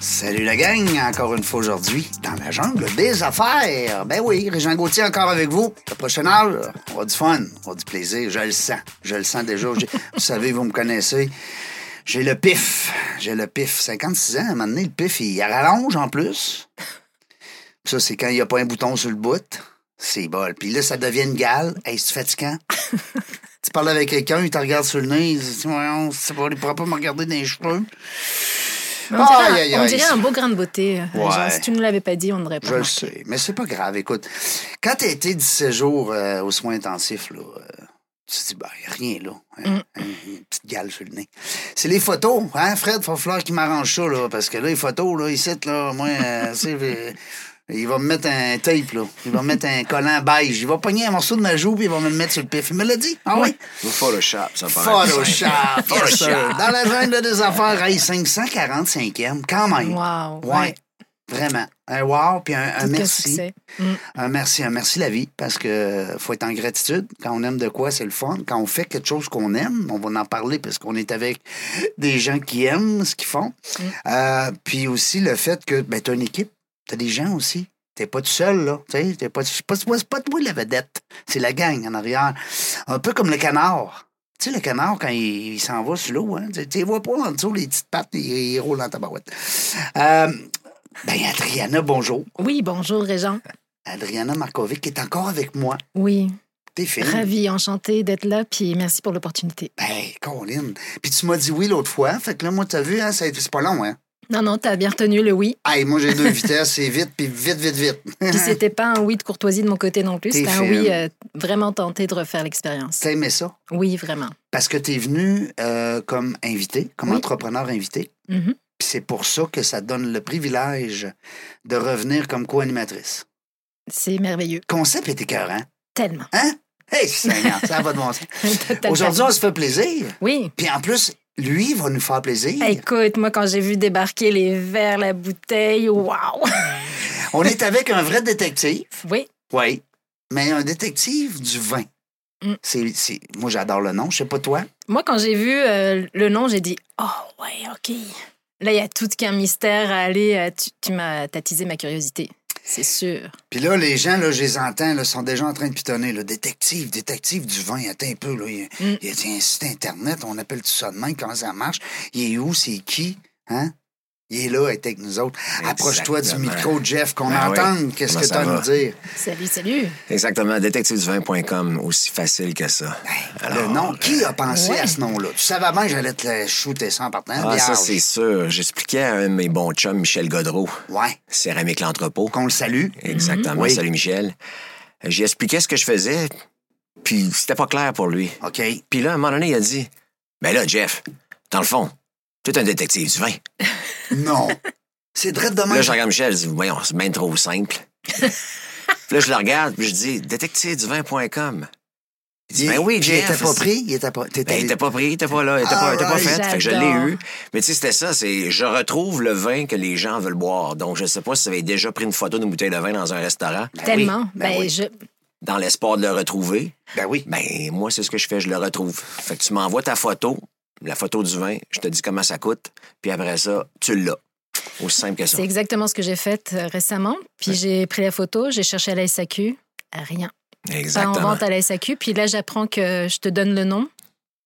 Salut la gang, encore une fois aujourd'hui, dans la jungle des affaires. Ben oui, Régent Gauthier encore avec vous. La prochaine heure, on aura du fun, on aura du plaisir, je le sens. Je le sens déjà. J'ai- Vous savez, vous me connaissez. J'ai le pif. J'ai le pif. 56 ans, à un moment donné, le pif, il rallonge en plus. Puis ça, c'est quand il n'y a pas un bouton sur le bout. C'est bol. Puis là, ça devient une gale. Hey, c'est fatigant. tu parles avec quelqu'un, il te regarde sur le nez, il dit, voyons, c'est pas, il pourra pas me regarder dans les cheveux. Mais On Aïe, dirait, un- aïe, on aïe. dirait un beau grain de beauté. euh, Ouais. Jean. si tu ne l'avais pas dit, on n'aurait pas. Je le remarqué. sais, mais c'est pas grave. Écoute, quand t'as été 17 jours euh, aux soins intensifs, là, euh, tu te dis, ben, y a rien là. Hein, hein, une petite gale sur le nez. C'est les photos, hein, Fred? Faut falloir qu'il m'arrange ça, là, parce que là, les photos, là, ici, là, moi, euh, tu sais, euh, il va me mettre un tape, là. Il va me mettre un collant beige. Il va pogner un morceau de ma joue, puis il va me le mettre sur le pif. Il me l'a dit. Ah oui? Ou Photoshop, ça paraît. plus simple. Photoshop. Photoshop. Dans la jungle des affaires, hey, 545e, quand même. Wow. Ouais. Vraiment. Un wow, puis un, un Tout un merci. succès. Un merci, un merci la vie, parce que faut être en gratitude. Quand on aime de quoi, c'est le fun. Quand on fait quelque chose qu'on aime, on va en parler parce qu'on est avec des gens qui aiment ce qu'ils font. Euh, puis aussi le fait que ben, tu as une équipe, tu as des gens aussi. T'es pas tout seul, là. Tu sais, t'es pas, c'est pas, c'est pas toi la vedette. C'est la gang en arrière. Un peu comme le canard. Tu sais, le canard, quand il, il s'en va sur l'eau, hein, tu tu les vois pas en dessous, les petites pattes, il, il roule dans ta barouette. Euh, ben, Adriana, bonjour. Oui, bonjour, Régent. Adriana Markovic est encore avec moi. Oui, T'es fine. ravie, enchantée d'être là, puis merci pour l'opportunité. Ben, Colin. Puis tu m'as dit oui l'autre fois. Fait que là, moi, t'as vu, hein, ça a été- c'est pas long, hein. Non, non, t'as bien retenu le oui. Hey, moi, j'ai deux vitesses, c'est vite, puis vite, vite, vite. Puis c'était pas un oui de courtoisie de mon côté non plus, T'es c'était un fine. oui euh, vraiment tenté de refaire l'expérience. T'as aimé ça? Oui, vraiment. Parce que t'es venu euh, comme invité, comme Oui. entrepreneur invité. Mhm. Puis c'est pour ça que ça donne le privilège de revenir comme co-animatrice. C'est merveilleux, Concept est écœurant. hein? tellement. Hey, Seigneur, ça va de bon sens. Totalement. Aujourd'hui, on se fait plaisir. Oui. Puis en plus, lui va nous faire plaisir. Écoute, moi, quand j'ai vu débarquer les verres, la bouteille, waouh! On est avec un vrai détective. Oui, Oui. Mais un détective du vin. Mm. C'est, c'est- Moi, j'adore le nom. Je sais pas toi. Moi, quand j'ai vu euh, le nom, j'ai dit Oh, ouais, OK. Là, il y a tout qu'un mystère à aller. euh, Tu, tu m'as t'as teasé ma curiosité, c'est sûr. Puis là, les gens, là, je les entends, là, sont déjà en train de pitonner. Là. Détective, détective du vin. Attends un peu. Là. Il, y a, Mm. il y a un site Internet. On appelle tout ça de même. Comment ça marche? Il est où? C'est qui? Hein? Il est là, il est avec nous autres. Approche-toi du Exactement. micro, Jeff, qu'on Ben oui. entende. Qu'est-ce Comment que tu ça as à va? nous dire? Salut, salut. Exactement, détectiveduvin.com, aussi facile que ça. le Alors, nom. Qui a pensé ouais. à ce nom-là? Tu savais bien que j'allais te le shooter sans partenaire. Ah, ça, c'est sûr. J'expliquais à un de mes bons chums, Michel Godreau, Ouais, Céramique L'Entrepôt. qu'on le salue. Exactement. Oui. Salut, Michel. J'expliquais ce que je faisais, puis c'était pas clair pour lui. OK. Puis là, à un moment donné, il a dit Ben là, Jeff, dans le fond, tu es un détective du vin. Non. C'est drôle de Là, même. je regarde Michel, je dis Voyons, c'est même trop simple. Puis là, je le regarde, puis je dis détectiveduvin.com. Il dit Ben oui, Puis Il Jeff. était pas pris, Ah il était pas. Ben, t'étais- il était pas pris, il était pas là, il était pas, il était pas Alright. fait. Fait que je l'ai J'adore. eu. Mais tu sais, c'était ça, c'est je retrouve le vin que les gens veulent boire. Donc, je sais pas si vous avez déjà pris une photo d'une bouteille de vin dans un restaurant, Tellement. oui, ben Ben, oui. je- dans l'espoir de le retrouver. Ben oui. Ben, moi, c'est ce que je fais, je le retrouve. Fait que tu m'envoies ta photo, la photo du vin, je te dis comment ça coûte, puis après ça, tu l'as. Aussi simple que ça. c'est exactement ce que j'ai fait euh, récemment. Puis j'ai pris la photo, j'ai cherché à la SAQ. Rien. Pas en Exactement. vente à la SAQ. Puis là, j'apprends que je te donne le nom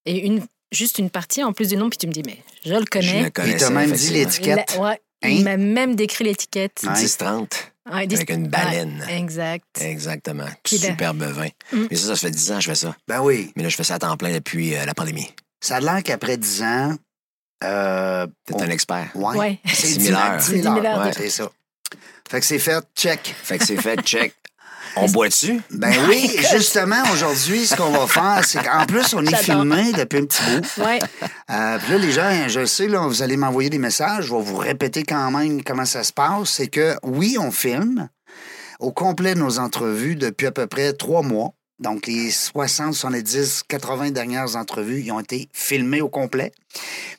et une, juste une partie en plus du nom. Puis tu me dis Mais je le Je connais. le Il t'a connaissais. même dit effectivement. l'étiquette. Il l'a- ouais, il Hein? Ah. m'a même décrit l'étiquette. Ouais. 10-30, Ouais, dis- avec une baleine. Ouais, Eh. exact. Exactement. Puis le- Superbe vin. Mm. Mais ça, ça fait 10 ans que je fais ça. Ben oui. Mais là, je fais ça à temps plein depuis euh, la pandémie. Ça a l'air qu'après 10 ans. Euh, T'es on- un expert. Ouais. Ouais. C'est 10 10 000 heures. 10 000 C'est 10 000 heures, heures de ouais, C'est ça. Fait que c'est fait, check. Fait que c'est fait, check. On boit dessus? Ben oui, justement, aujourd'hui, ce qu'on va faire, c'est qu'en plus, on est J'adore. filmé depuis un petit bout. Ouais. Euh, puis là, les gens, je le sais, là, vous allez m'envoyer des messages. Je vais vous répéter quand même comment ça se passe. C'est que, oui, on filme au complet nos entrevues depuis à peu près trois mois. Donc, les 60, 70, 80 dernières entrevues, ils ont été filmées au complet.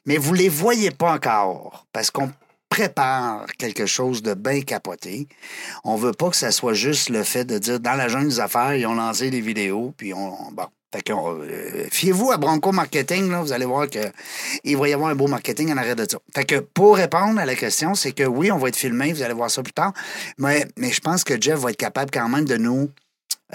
Mais vous les voyez pas encore parce qu'on prépare quelque chose de bien capoté. On veut pas que ça soit juste le fait de dire dans la jungle des affaires, ils ont lancé des vidéos, puis on. Bon. Fait que, euh, fiez-vous à Bronco Marketing, là, vous allez voir que il va y avoir un beau marketing en arrêt de ça. Fait que pour répondre à la question, c'est que oui, on va être filmé, vous allez voir ça plus tard, mais, mais je pense que Jeff va être capable quand même de nous,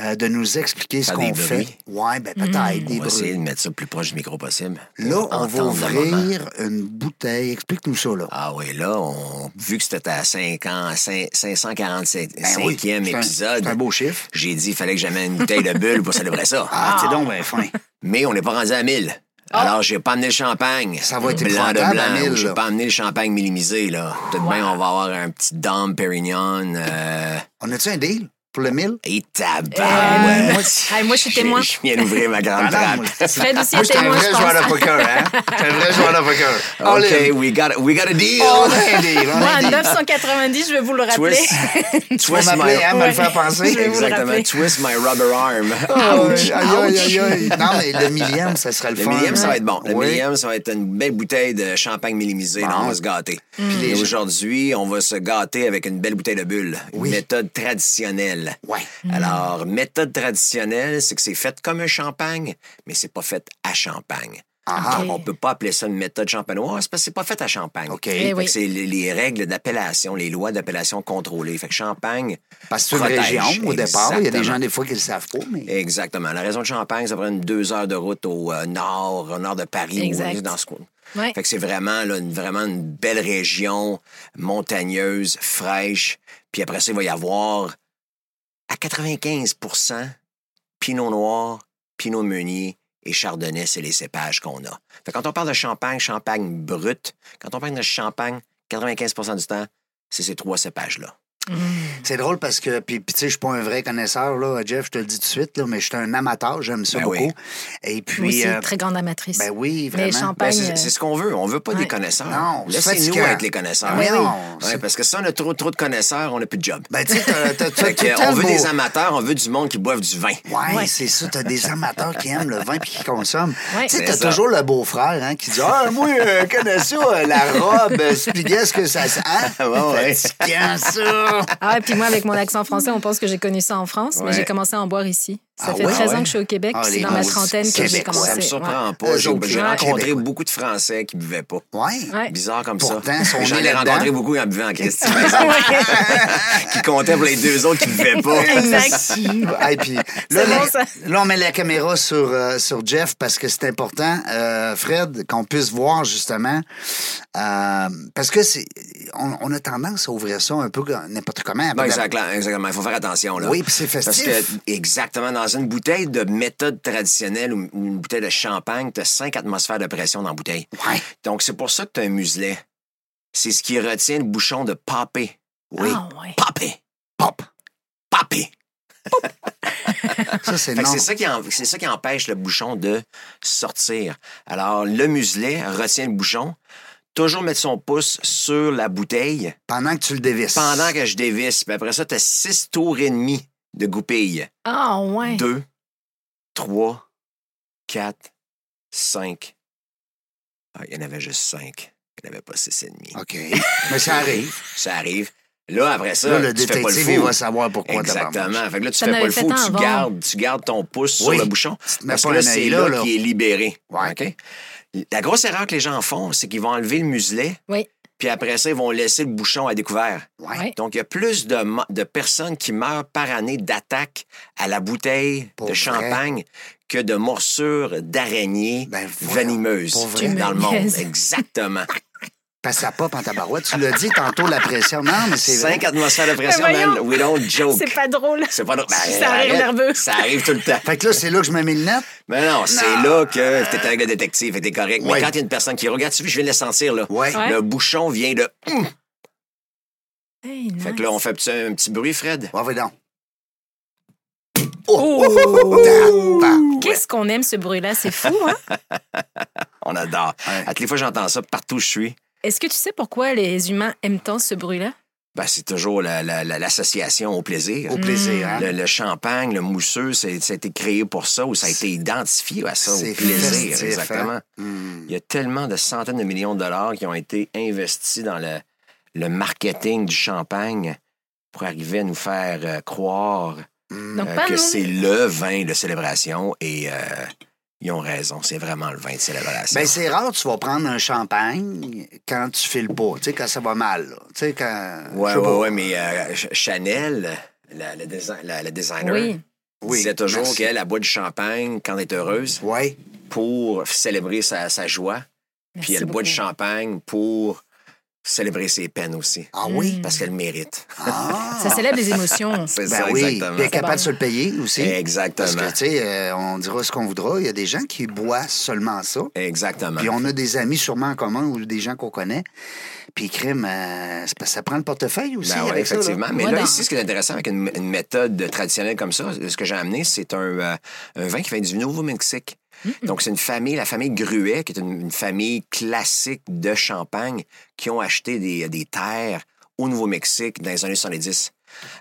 euh, de nous expliquer ce Faire qu'on des fait. bruits. Mmh. Ouais, ben peut-être, des On va bruits. essayer de mettre ça le plus proche du micro possible. Là, Pour on va entendre le moment. ouvrir une bouteille. Explique-nous ça, là. Ah oui, là, on- vu que c'était à 50, 5, 545e Ben oui, c'est un- épisode, C'est un beau chiffre. j'ai dit qu'il fallait que j'amène une bouteille de bulle pour célébrer ça. Ah, t'es donc bien fin. Mais on n'est pas rendu à 1000. Ah. Alors, j'ai pas amené le champagne. Ça va être blanc de épouvantable blanc. à 1000, J'ai là. pas amené le champagne minimisé, là. Peut-être bien, on va avoir un petit Dom Pérignon. Euh... On a-tu un deal pour le Ben, 1000? Et Euh, Eh tabarouette! ah, moi, je suis témoin. Je viens d'ouvrir ma grande Madame, trappe. moi, Fred aussi Moi, est j'étais un témoin, je vrai pense. joueur de poker, hein? J'étais un vrai joueur de poker. All OK, in. we got, a- we got a deal. On a un deal, on Moi, a un en deal. 990, je vais vous le rappeler. Twist. On Twist m'appelait, hein, my... me le Ouais. faire penser. Je vais vous le Exactement. rappeler. Oh, Twist my rubber arm. Aïe, aïe, aïe, aïe. Non, mais le millième, ça serait le Le fun. millième, ça va être bon. Le Oui. millième, ça va être une belle bouteille de champagne minimisée. Là, on va se gâter. Mm. les Et gens- aujourd'hui, on va se gâter avec une belle bouteille de bulle. Oui. Une méthode traditionnelle. Mm. Ouais. Alors, méthode traditionnelle, c'est que c'est fait comme un champagne, mais c'est pas fait à champagne. Ah, Ok. On peut pas appeler ça une méthode champenoise parce que c'est pas fait à champagne. OK. Fait Eh que oui. C'est les, les règles d'appellation, les lois d'appellation contrôlées. Fait que champagne. Parce que c'est une protège. région, au départ. Il y a des Exactement. gens, des fois, qui le savent pas, mais... Exactement. La raison de Champagne, ça prend une deux heures de route au euh, nord, au nord de Paris, Exact. ou dans ce coin. Ouais. Fait que c'est vraiment, là, une, vraiment une belle région montagneuse, fraîche. Puis après ça, il va y avoir à 95 Pinot Noir, Pinot Meunier et Chardonnay, c'est les cépages qu'on a. Fait que quand on parle de champagne, champagne brut, quand on parle de champagne, 95 du temps, c'est ces trois cépages-là. C'est drôle parce que, puis, puis tu sais, je suis pas un vrai connaisseur, là, Jeff, je te le dis tout de suite, là, mais je suis un amateur, j'aime ça Ben beaucoup. oui. Et Moi aussi, puis, euh, très grande amatrice. ben oui, vraiment. Mais Ben, champagne, c'est euh, c'est ce qu'on veut. On veut pas ouais. des connaisseurs. Non, c'est Laissez-nous fatigant. être les connaisseurs. Mais non, Ouais, c'est- parce que si on a trop, trop de connaisseurs, on n'a plus de job. Ben, tu sais, t'as- t'as- t'as Fait tout que, le on temps veut beau- des amateurs, on veut du monde qui boive du vin. Ouais, Ouais. c'est ça. T'as des amateurs qui aiment le vin puis qui consomment. Ouais. Tu sais, C'est t'as ça. toujours le beau-frère hein, qui dit Ah, moi, euh, connais ça, euh, la robe, euh, spiguet, ce que ça sent. Ouais, ouais. Fatigant, ça. Ah ouais, puis moi, avec mon accent français, on pense que j'ai connu ça en France, mais Ouais. j'ai commencé à en boire ici. Ça Ah fait ouais? 13 Ah ans ouais? que je suis au Québec, Ah, puis c'est les dans ma gros trentaine que j'ai Québécois, commencé. Ça me surprend ouais. pas. J'ai Eux autres, j'ai ouais. Euh, rencontré Québécois. beaucoup de Français qui buvaient pas. Ouais. Ouais. Bizarre comme Pourtant, ça. sont J'en nés ai là-dedans. rencontré beaucoup en buvant en Christie, par exemple. qui comptaient pour les deux autres qui buvaient pas. Exact. Ah, Et puis, là, C'est bon, la- ça. là, on met la caméra sur, euh, sur Jeff parce que c'est important, euh, Fred, qu'on puisse voir justement. euh, parce que c'est, on, on a tendance à ouvrir ça un peu comme- n'importe comment. Non, exactement, exactement. Il faut faire attention. Là. Oui, puis c'est Parce festif. que, exactement, dans une bouteille de méthode traditionnelle ou ou une bouteille de champagne, tu as cinq atmosphères de pression dans la bouteille. Ouais. Donc, c'est pour ça que tu as un muselet. C'est ce qui retient le bouchon de popper. Oui. Ah, ouais. Popper. Pop. Popper. Ça, c'est Fait que non. c'est ça, qui en- c'est ça qui empêche le bouchon de sortir. Alors, le muselet retient le bouchon. Toujours mettre son pouce sur la bouteille Pendant que tu le dévisses. pendant que je dévisse. Puis après ça, tu as six tours et demi de goupille. Ah, ouais. 2, 3, 4, 5. Ah, il y en avait juste 5. Il n'y en avait pas 6 et demi. OK. Mais ça arrive. Ça arrive. Là, après ça, Là, le tu fais pas le détective, fou. il va savoir pourquoi t'as pas mangé. Exactement. Fait que là, tu Ça fais en pas le avait fou, fait tu avant. gardes, tu gardes ton pouce Oui. sur le bouchon. Tu te mets Parce pas que là, un c'est œil là, là, là. qui est libéré. Ouais. OK? La grosse erreur que les gens font, c'est qu'ils vont enlever le muselet, Oui. puis après ça, ils vont laisser le bouchon à découvert. Ouais. Ouais. Donc, il y a plus de, mo- de personnes qui meurent par année d'attaques à la bouteille Pour de vrai? champagne que de morsures d'araignées Ben, voyons. venimeuses Pour vrai? dans le Tu me monde. niaises. Exactement. Parce que ça pop en tabarouette. Tu l'as dit tantôt, la pression. Non, mais c'est vrai. Cinq atmosphères de pression, Ben, man. voyons. We don't joke. C'est pas drôle. C'est pas drôle. Ben, Ça arrive arrête. nerveux. Ça arrive tout le temps. Fait que là, c'est là que je me mets le net. Mais non, c'est là que t'es avec le détective et t'es correct. Ouais. Mais quand il y a une personne qui regarde, tu vois, je viens de le sentir, là. Ouais. Ouais. Le bouchon vient de. Hey, Fait que nice. là, on fait un petit- un petit bruit, Fred. Ouais, ouais, donc. Oh! Oh! Tabarnak. Qu'est-ce qu'on aime ce bruit-là, c'est fou, hein? On adore. Ouais. À toutes les fois, j'entends ça partout où je suis. Est-ce que tu sais pourquoi les humains aiment tant ce bruit-là? ben, c'est toujours la- la- la- l'association au plaisir. Au Mm. plaisir, Hmm. hein? Le, le champagne, le mousseux, c'est- ça a été créé pour ça ou ça a été identifié à ça, au C'est plaisir, festif, exactement. hein? Hmm. Il y a tellement de centaines de millions de dollars qui ont été investis dans le, le marketing du champagne pour arriver à nous faire euh, croire Donc, euh, pas que nous. c'est le vin de célébration et euh, ils ont raison, c'est vraiment le vin de célébration. Ben, c'est rare, tu vas prendre un champagne quand tu files pas, tu sais, quand ça va mal, là. Tu sais, quand. ouais, je sais ouais, pas. ouais, mais euh, Ch- Chanel, la, la desi- la- la designer, Oui. Oui, disait toujours merci. qu'elle elle boit du champagne quand elle est heureuse Ouais. pour célébrer sa, sa joie, Merci puis elle boit du beaucoup. champagne pour célébrer ses peines aussi, Ah Mm. oui? parce qu'elle le mérite. Hmm. Ah! Ça célèbre les émotions. C'est ben ça, oui. exactement. Puis elle est capable de bon. se le payer aussi. Parce Exactement. que, tu sais, euh, on dira ce qu'on voudra. Il y a des gens qui boivent seulement ça. Exactement. Puis on a des amis sûrement en commun ou des gens qu'on connaît. Puis crime, euh, c'est parce que ça prend le portefeuille aussi. Ben ouais, avec ça, là. effectivement. Mais Moi, là, dans- ici, ce qui est intéressant avec une, une méthode traditionnelle comme ça, ce que j'ai amené, c'est un, euh, un vin qui vient du Nouveau-Mexique. Donc, c'est une famille, la famille Gruet, qui est une, une famille classique de Champagne, qui ont acheté des, des terres au Nouveau-Mexique dans les années 70.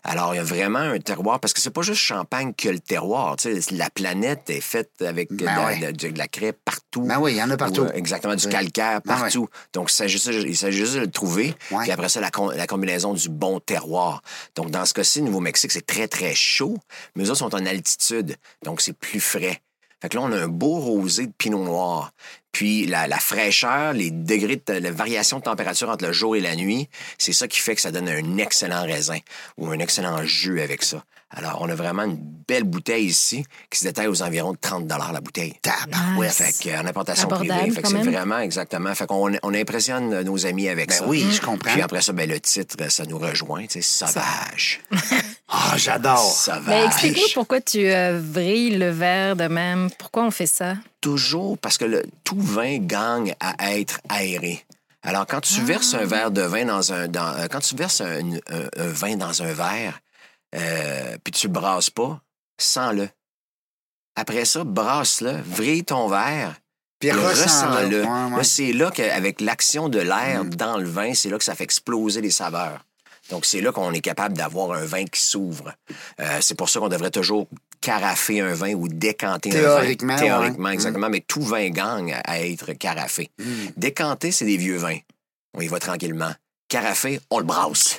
Alors, il y a vraiment un terroir, parce que c'est pas juste Champagne que le terroir. tu sais, La planète est faite avec de, Ben la- ouais. de- de la craie partout. Ben oui, il y en a partout. Ou, euh, exactement, du Oui. calcaire Ah ouais. partout. Donc, il s'agit juste- il s'agit juste de le trouver. Ouais. Puis après ça, la, com- la combinaison du bon terroir. Donc, dans ce cas-ci, Nouveau-Mexique, c'est très, très chaud, mais eux autres sont en altitude. Donc, c'est plus frais. Fait que là, on a un beau rosé de pinot noir. Puis la, la fraîcheur, les degrés, de, la variation de température entre le jour et la nuit, c'est ça qui fait que ça donne un excellent raisin ou un excellent jus avec ça. Alors, on a vraiment une belle bouteille ici qui se détaille aux environs de 30 la bouteille. Tabarouette. Fait que, euh, en importation Ah, Abordable, privée. Fait que quand c'est même. vraiment exactement. Fait qu'on on impressionne euh, nos amis avec Ben ça. oui, je comprends. Hein? Puis après ça, ben, le titre, euh, ça nous rejoint, tu sais, sauvage. Ah, j'adore. Sauvage. Ben, explique-nous pourquoi tu euh, vrilles le verre de même. Pourquoi on fait ça? Toujours parce que le, tout vin gagne à être aéré. Alors, quand tu verses Ah. un verre de vin dans un. dans- euh, quand tu verses un, un- un vin dans un verre, euh, puis tu le brasses pas, sens-le. Après ça, brasse-le, vrille ton verre, Puis le ressens-le. ressens-le. Ouais, Mm. ouais. Là, c'est là qu'avec l'action de l'air dans le vin, c'est là que ça fait exploser les saveurs. Donc, c'est là qu'on est capable d'avoir un vin qui s'ouvre. Euh, c'est pour ça qu'on devrait toujours carafer un vin ou décanter Théoriquement, un ouais. vin. Théoriquement, Mm. exactement. Mais tout vin gagne à- à être carafé. Décanter, c'est des vieux vins. On y va tranquillement. Carafé, on le brasse.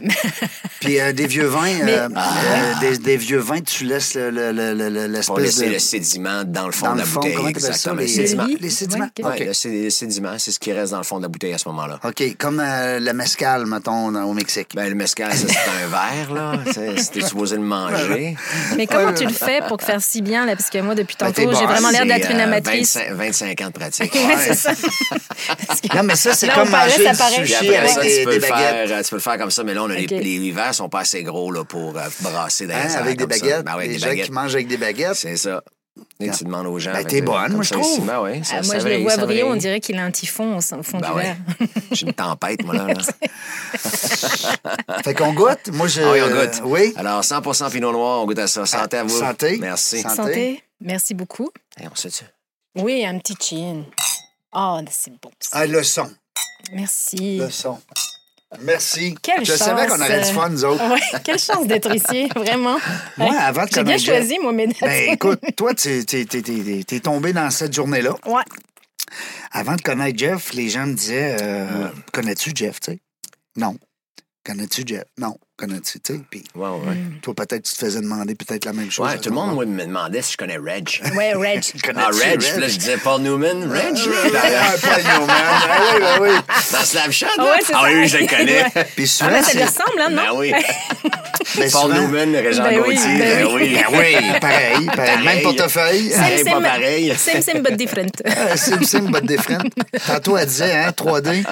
Puis euh, des vieux vins, Mais- euh, Ah. euh, des, des vieux vins, tu laisses le- le- le- le- le- l'espèce On laisse de... le sédiment dans le fond dans de le la fond, bouteille. comment t'appelles ça? exactement. Les, Le sédiment. Oui. les sédiments? Ouais, Ouais, OK. le sé- le sédiment, c'est ce qui reste dans le fond de la bouteille à ce moment-là. OK, comme euh, le mescal, mettons, dans- au Mexique. Ben, le mescal, ça, c'est un verre, là. C'est- C'était supposé le manger. Mais comment tu le bah, fais pour faire si bien, là? Parce que moi, depuis Ben, t'es tantôt, j'ai barré, vraiment l'air d'être C'est, une euh, amatrice. 25, 25 ans de pratique. Ouais, Ouais. c'est ça. Parce que- Non, mais ça, c'est Là, on comme parlait, manger ça du paraît. Puis sushi après avec ça, des, tu, peux des le baguettes. faire, euh, tu peux le faire comme ça, mais là, on a les- Ok. les, hivers sont pas assez gros là, pour euh, brasser dans les Hein, airs avec des comme ça. baguettes. Ben ouais, les des gens qui baguettes. mangent avec des baguettes. C'est ça. Et tu demandes aux gens. Ben, fait t'es que, bonne, comme moi, ça, je trouve. ici, Ben, ouais, ça, Ah, ça moi, je brille, le vois ça briller, on brille. dirait qu'il a un typhon au, au fond Ben du ouais. verre. J'ai une tempête, moi, là. là. Fait qu'on goûte. Moi, je. Ah oui, on goûte. Oui. Alors, 100 Pinot Noir, on goûte à ça. Santé à vous. Santé. Merci. Santé. Santé. Merci beaucoup. Hey, on se tue. Oui, un petit chin. Oh, c'est bon. ça. Ah, le son. Merci. Bah, Le son. Merci. Quelle je chance. savais qu'on aurait du fun, nous autres. Ouais, quelle chance d'être ici, vraiment. Moi, avant de J'ai bien connaître Jeff- choisi, moi, mes dates. Ben, écoute, toi, tu- t'es t'es- t'es- t'es tombé dans cette journée-là. Ouais. Avant de connaître Jeff, les gens me disaient euh, Connais-tu Jeff, tu sais Non. Connais-tu Jeff Non. Connais-tu, tu sais Puis Ouais, ouais. toi, peut-être, tu te faisais demander peut-être la même chose. Ouais, tout le monde, moi, me demandait si je connais Reg. Ouais, Reg. Ah, Connais-tu Reg, Reg? puis là, je disais Paul Newman, Reg. Ah, Paul Newman. Ah oui, ben oui. Dans Slapshot, Ah là? ouais, c'est Ah ça. oui, oui, je le connais. Ouais. Puis Ah, souvent, ben, ça lui c'est- ressemble, hein, non? Ben oui. ben, Paul souvent- Newman, Régent Ben oui, ben Gauthier. Ben oui. Ben oui, pareil, pareil. Même Pareil. portefeuille. Pareil, pas pareil. Same, same, but different. Euh, Sim Sim, but different. Tantôt, elle disait, hein, 3D,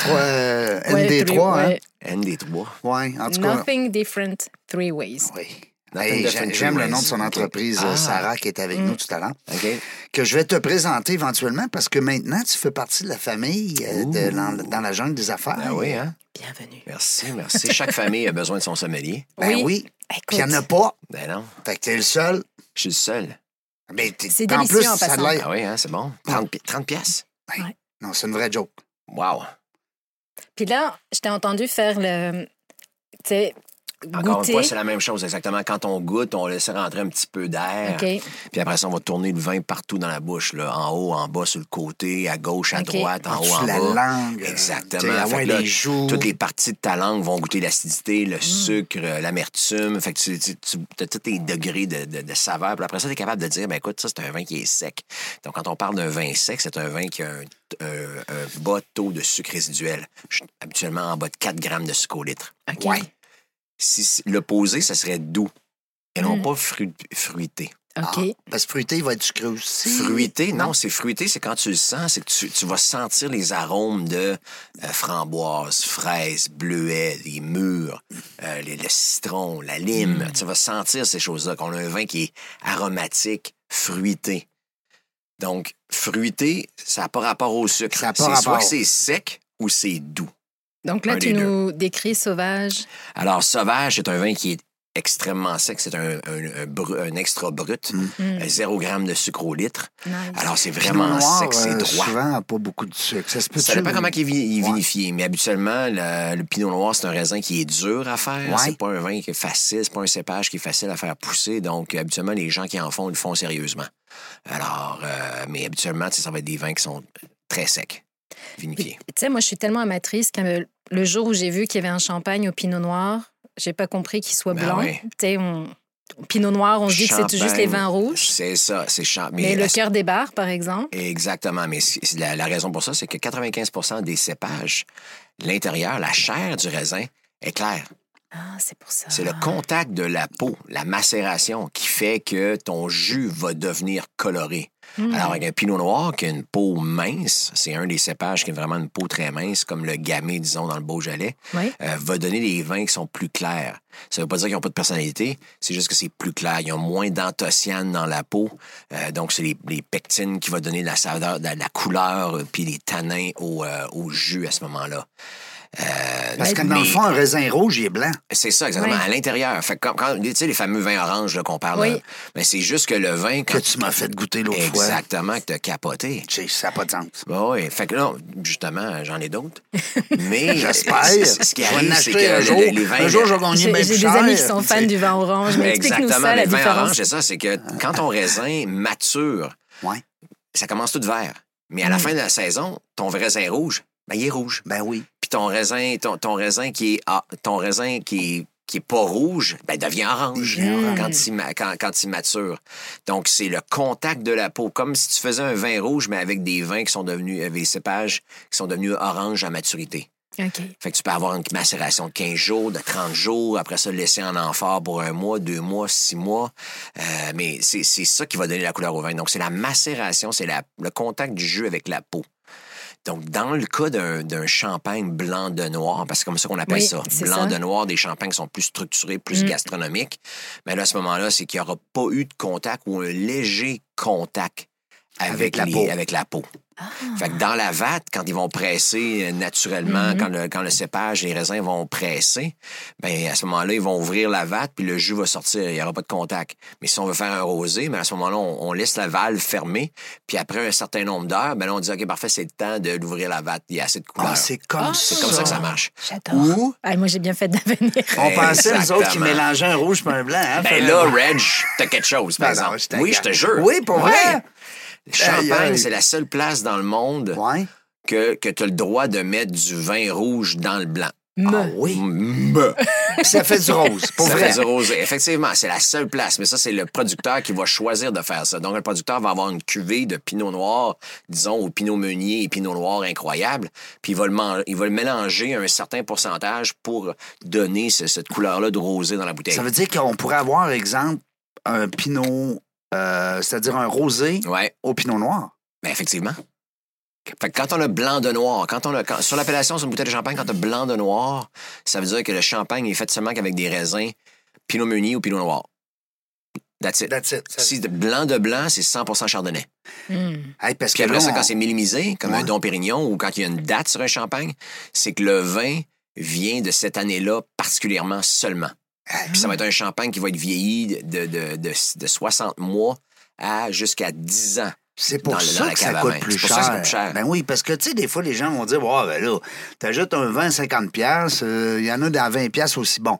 3, euh, ND3, hein? Ouais. ND3. Ouais, en tout cas. Nothing different, three ways. Oui. Nothing Hey, different j'ai- J'aime le ways. nom de son Ok. entreprise, euh, Ah. Sarah, qui est avec nous tout à l'heure, OK. que je vais te présenter éventuellement parce que maintenant, tu fais partie de la famille euh, de- dans, dans la jungle des affaires. Ben oui, hein? Bienvenue. Merci, merci. Chaque famille a besoin de son sommelier. Ben oui. Écoute, Puis il n'y en a pas. Ben non, Fait que t'es le seul. je suis le seul. Mais t'es- C'est en délicieux plus, en ça a passant. l'air- Ah oui, hein, c'est bon. 30, pi- 30 piastres? Non, c'est une vraie joke. Wow. Puis là, je t'ai entendu faire le... Tu sais, Encore une goûter. fois, c'est la même chose exactement. Quand on goûte, on laisse rentrer un petit peu d'air. OK. Puis après ça, on va tourner le vin partout dans la bouche, là, en haut, en bas, sur le côté, à gauche, à OK. droite, en En haut, dessous en de Ah, la bas. langue, euh, tu sais, Exactement. la Fait que loin là, des joues. Toutes les parties de ta langue vont goûter l'acidité, Mm. le sucre, euh, l'amertume. Fait que tu, tu, as tous tes degrés de, de- de saveur. Puis après ça, tu es capable de dire, ben écoute, ça, c'est un vin qui est sec. Donc, quand on parle d'un vin sec, c'est un vin qui a un, un- un bas taux de sucre résiduel. Je suis Habituellement, en bas de 4 grammes de sucre au litre. OK. Ouais. Si, si- l'opposé, ça serait doux et non Mm. pas fru- fruité. OK. Ah, parce que fruité, il va être sucré aussi. Fruité, non, c'est fruité, c'est quand tu le sens, c'est que tu, tu vas sentir les arômes de euh, framboise, fraise, bleuet, les mûres, euh, les- le citron, la lime. Mm. Tu vas sentir ces choses-là, qu'on a un vin qui est aromatique, fruité. Donc, fruité, ça n'a pas rapport au sucre. Ça a pas c'est soit rapport. que c'est sec ou c'est doux. Donc là, Un tu des nous décris sauvage. Alors, sauvage, c'est un vin qui est extrêmement sec, c'est un, un- un bru- un extra brut, Mm. euh, 0 g de sucre au litre. Nice. Alors, c'est Pinot vraiment Mm. noir, sec, c'est euh, droit. souvent, n'a pas beaucoup de sucre. Ça se peut Ça dépend comment il est vi- il est Ouais. vinifié, mais habituellement, le, le pinot noir, c'est un raisin qui est dur à faire. Ouais. C'est pas un vin qui est facile, c'est pas un cépage qui est facile à faire pousser. Donc, habituellement, les gens qui en font, ils le font sérieusement. Alors, euh, mais habituellement, tu sais, ça va être des vins qui sont très secs, vinifiés. Tu sais, moi, je suis tellement amatrice que euh, le jour où j'ai vu qu'il y avait un champagne au pinot noir, j'ai pas compris qu'il soit Ben blanc. ouais. Tu sais, on... au pinot noir, on se dit que c'est juste les Champagne, vins rouges. C'est ça, c'est champ. Mais, le cœur des bars, par exemple. Exactement, mais c- c- la, la raison pour ça, c'est que 95 des cépages, l'intérieur, la chair du raisin est claire. Ah, c'est pour ça. C'est le contact de la peau, la macération, qui fait que ton jus va devenir coloré. Mm. Alors, avec un pinot noir qui a une peau mince, c'est un des cépages qui a vraiment une peau très mince, comme le gamay, disons, dans le Beaujolais, Oui. euh, va donner des vins qui sont plus clairs. Ça ne veut pas dire qu'ils n'ont pas de personnalité, c'est juste que c'est plus clair. Ils ont moins d'anthocyanes dans la peau. euh, donc, c'est les, les pectines qui vont donner la saveur, la, la couleur, euh, puis les tanins au, euh, au jus à ce moment-là. Euh, Parce que dans le mais- fond, un raisin rouge, il est blanc. c'est ça, exactement. Ouais. À l'intérieur. Fait que quand, quand- tu sais, les fameux vins oranges là, qu'on parle, Oui. là, ben, c'est juste que le vin, Que quand tu m'as fait goûter l'autre fois. exactement que t'as capoté. Tu sais, Ça n'a pas de sens. Ben oui. Fait que là, justement, j'en ai d'autres. Mais J'espère. c'est- c'est- Ce qui Je vais en arrive, c'est acheter que un le- jour. le- les vins. Un jour, je vais gagner J'ai bien j'ai plus des cher. amis qui sont fans c'est- du vin orange. Mais explique-nous Exactement, ça, les la vins oranges, différence. c'est ça, c'est que quand ton raisin mature, Ouais. ça commence tout vert. Mais à Mm. la fin de la saison, ton raisin rouge, ben, il est rouge. Ben oui. puis ton raisin, ton, ton raisin qui est ah, ton raisin qui est qui est pas rouge, ben devient orange Il devient quand, il, ma- quand, quand il mature. Donc, c'est le contact de la peau, comme si tu faisais un vin rouge, mais avec des vins qui sont devenus, avec des cépages qui sont devenus orange à maturité. OK. Fait que tu peux avoir une macération de 15 jours, de 30 jours, après ça, le laisser en amphore pour un mois, deux mois, six mois. Euh, mais c'est c'est ça qui va donner la couleur au vin. Donc, c'est la macération, c'est la- le contact du jus avec la peau. Donc, dans le cas d'un d'un champagne blanc de noir, parce que c'est comme ça qu'on appelle Oui, ça, c'est blanc ça. de noir, des champagnes qui sont plus structurés, plus Mm. gastronomiques. Mais là, à ce moment-là, c'est qu'il n'y aura pas eu de contact ou un léger contact avec, Avec la les- peau. avec la peau. Fait que dans la vatte, quand ils vont presser euh, Mm-hmm. naturellement, quand, le, quand le cépage, les raisins vont presser, ben à ce moment-là, ils vont ouvrir la vatte, puis le jus va sortir, il n'y aura pas de contact. Mais si on veut faire un rosé, mais à ce moment-là, on, on laisse la valve fermée, puis après un certain nombre d'heures, ben là, on dit, OK, parfait, c'est le temps de d'ouvrir la vatte, il y a assez de couleur. Ah, c'est comme Ah, ça. c'est comme ça que ça marche. Ben, J'adore. Ou Ah, moi, j'ai bien fait d'avenir. on pensait, nous autres, qui Exactement. mélangeaient un rouge et un blanc. hein, Ben finalement. là, Reg, t'as quelque chose, par Ben non, exemple. je t'en oui, je te garde. jure. Oui, pour Ouais. vrai? Le Champagne, Aïe, aïe. c'est la seule place dans le monde Ouais. que, que tu as le droit de mettre du vin rouge dans le blanc. Ah Me. oui. Me. Puis ça fait du rose, pour Ça vrai. fait du rosé. Effectivement, c'est la seule place, mais ça, c'est le producteur qui va choisir de faire ça. Donc, le producteur va avoir une cuvée de pinot noir, disons, ou pinot meunier et pinot noir incroyable, puis il va le, man- il va le mélanger à un certain pourcentage pour donner ce- cette couleur-là de rosé dans la bouteille. Ça veut dire qu'on pourrait avoir, exemple, un pinot, euh, c'est-à-dire un rosé Ouais, au pinot noir. ben effectivement. Fait que quand on a blanc de noir, quand on a, quand- sur l'appellation, sur une bouteille de champagne, quand on a blanc de noir, ça veut dire que le champagne est fait seulement qu'avec des raisins pinot meunier ou pinot noir. That's it. That's it. Si de blanc de blanc, c'est 100 chardonnay. Mm. Hey, parce Puis que après là, ça, quand on- c'est minimisé, comme un Ouais. Don Pérignon ou quand il y a une date sur un champagne, c'est que le vin vient de cette année-là particulièrement seulement. Puis ça va être un champagne qui va être vieilli de, de, de, de 60 mois à jusqu'à 10 ans C'est pour Dans le- dans ça la que ça cave à coûte vin. plus C'est cher. pour ça que ça coûte cher. Ben oui, parce que, tu sais, des fois, les gens vont dire, ouais, ben là, t'ajoutes un 20, 50 piastres, euh, il y en a dans 20 piastres aussi bon.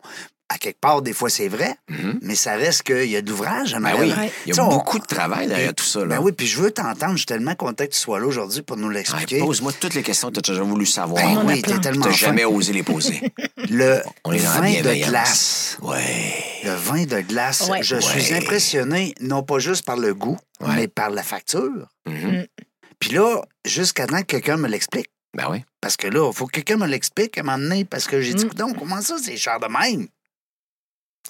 À quelque part, des fois, c'est vrai, mais ça reste qu'il y a de l'ouvrage à Mm-hmm. Ben oui, il y Tu sais, a on- beaucoup de travail derrière tout ça. Là. Ben oui, puis je veux t'entendre. Je suis tellement content que tu sois là aujourd'hui pour nous Ah, l'expliquer. Pose-moi toutes les questions que tu as déjà voulu savoir. Ben en a oui, t'es plein. tellement T'as fin. jamais osé les poser. Le On est dans vin la de bienveillance. glace. Ouais. Le vin de glace, Ouais. je Ouais. suis impressionné, non pas juste par le goût, Ouais. mais par la facture. Mhm. Puis là, jusqu'à temps que quelqu'un me l'explique. Ben oui. Parce que là, il faut que quelqu'un me l'explique à un moment donné, parce que j'ai dit, Mm. donc, comment ça, c'est cher de même?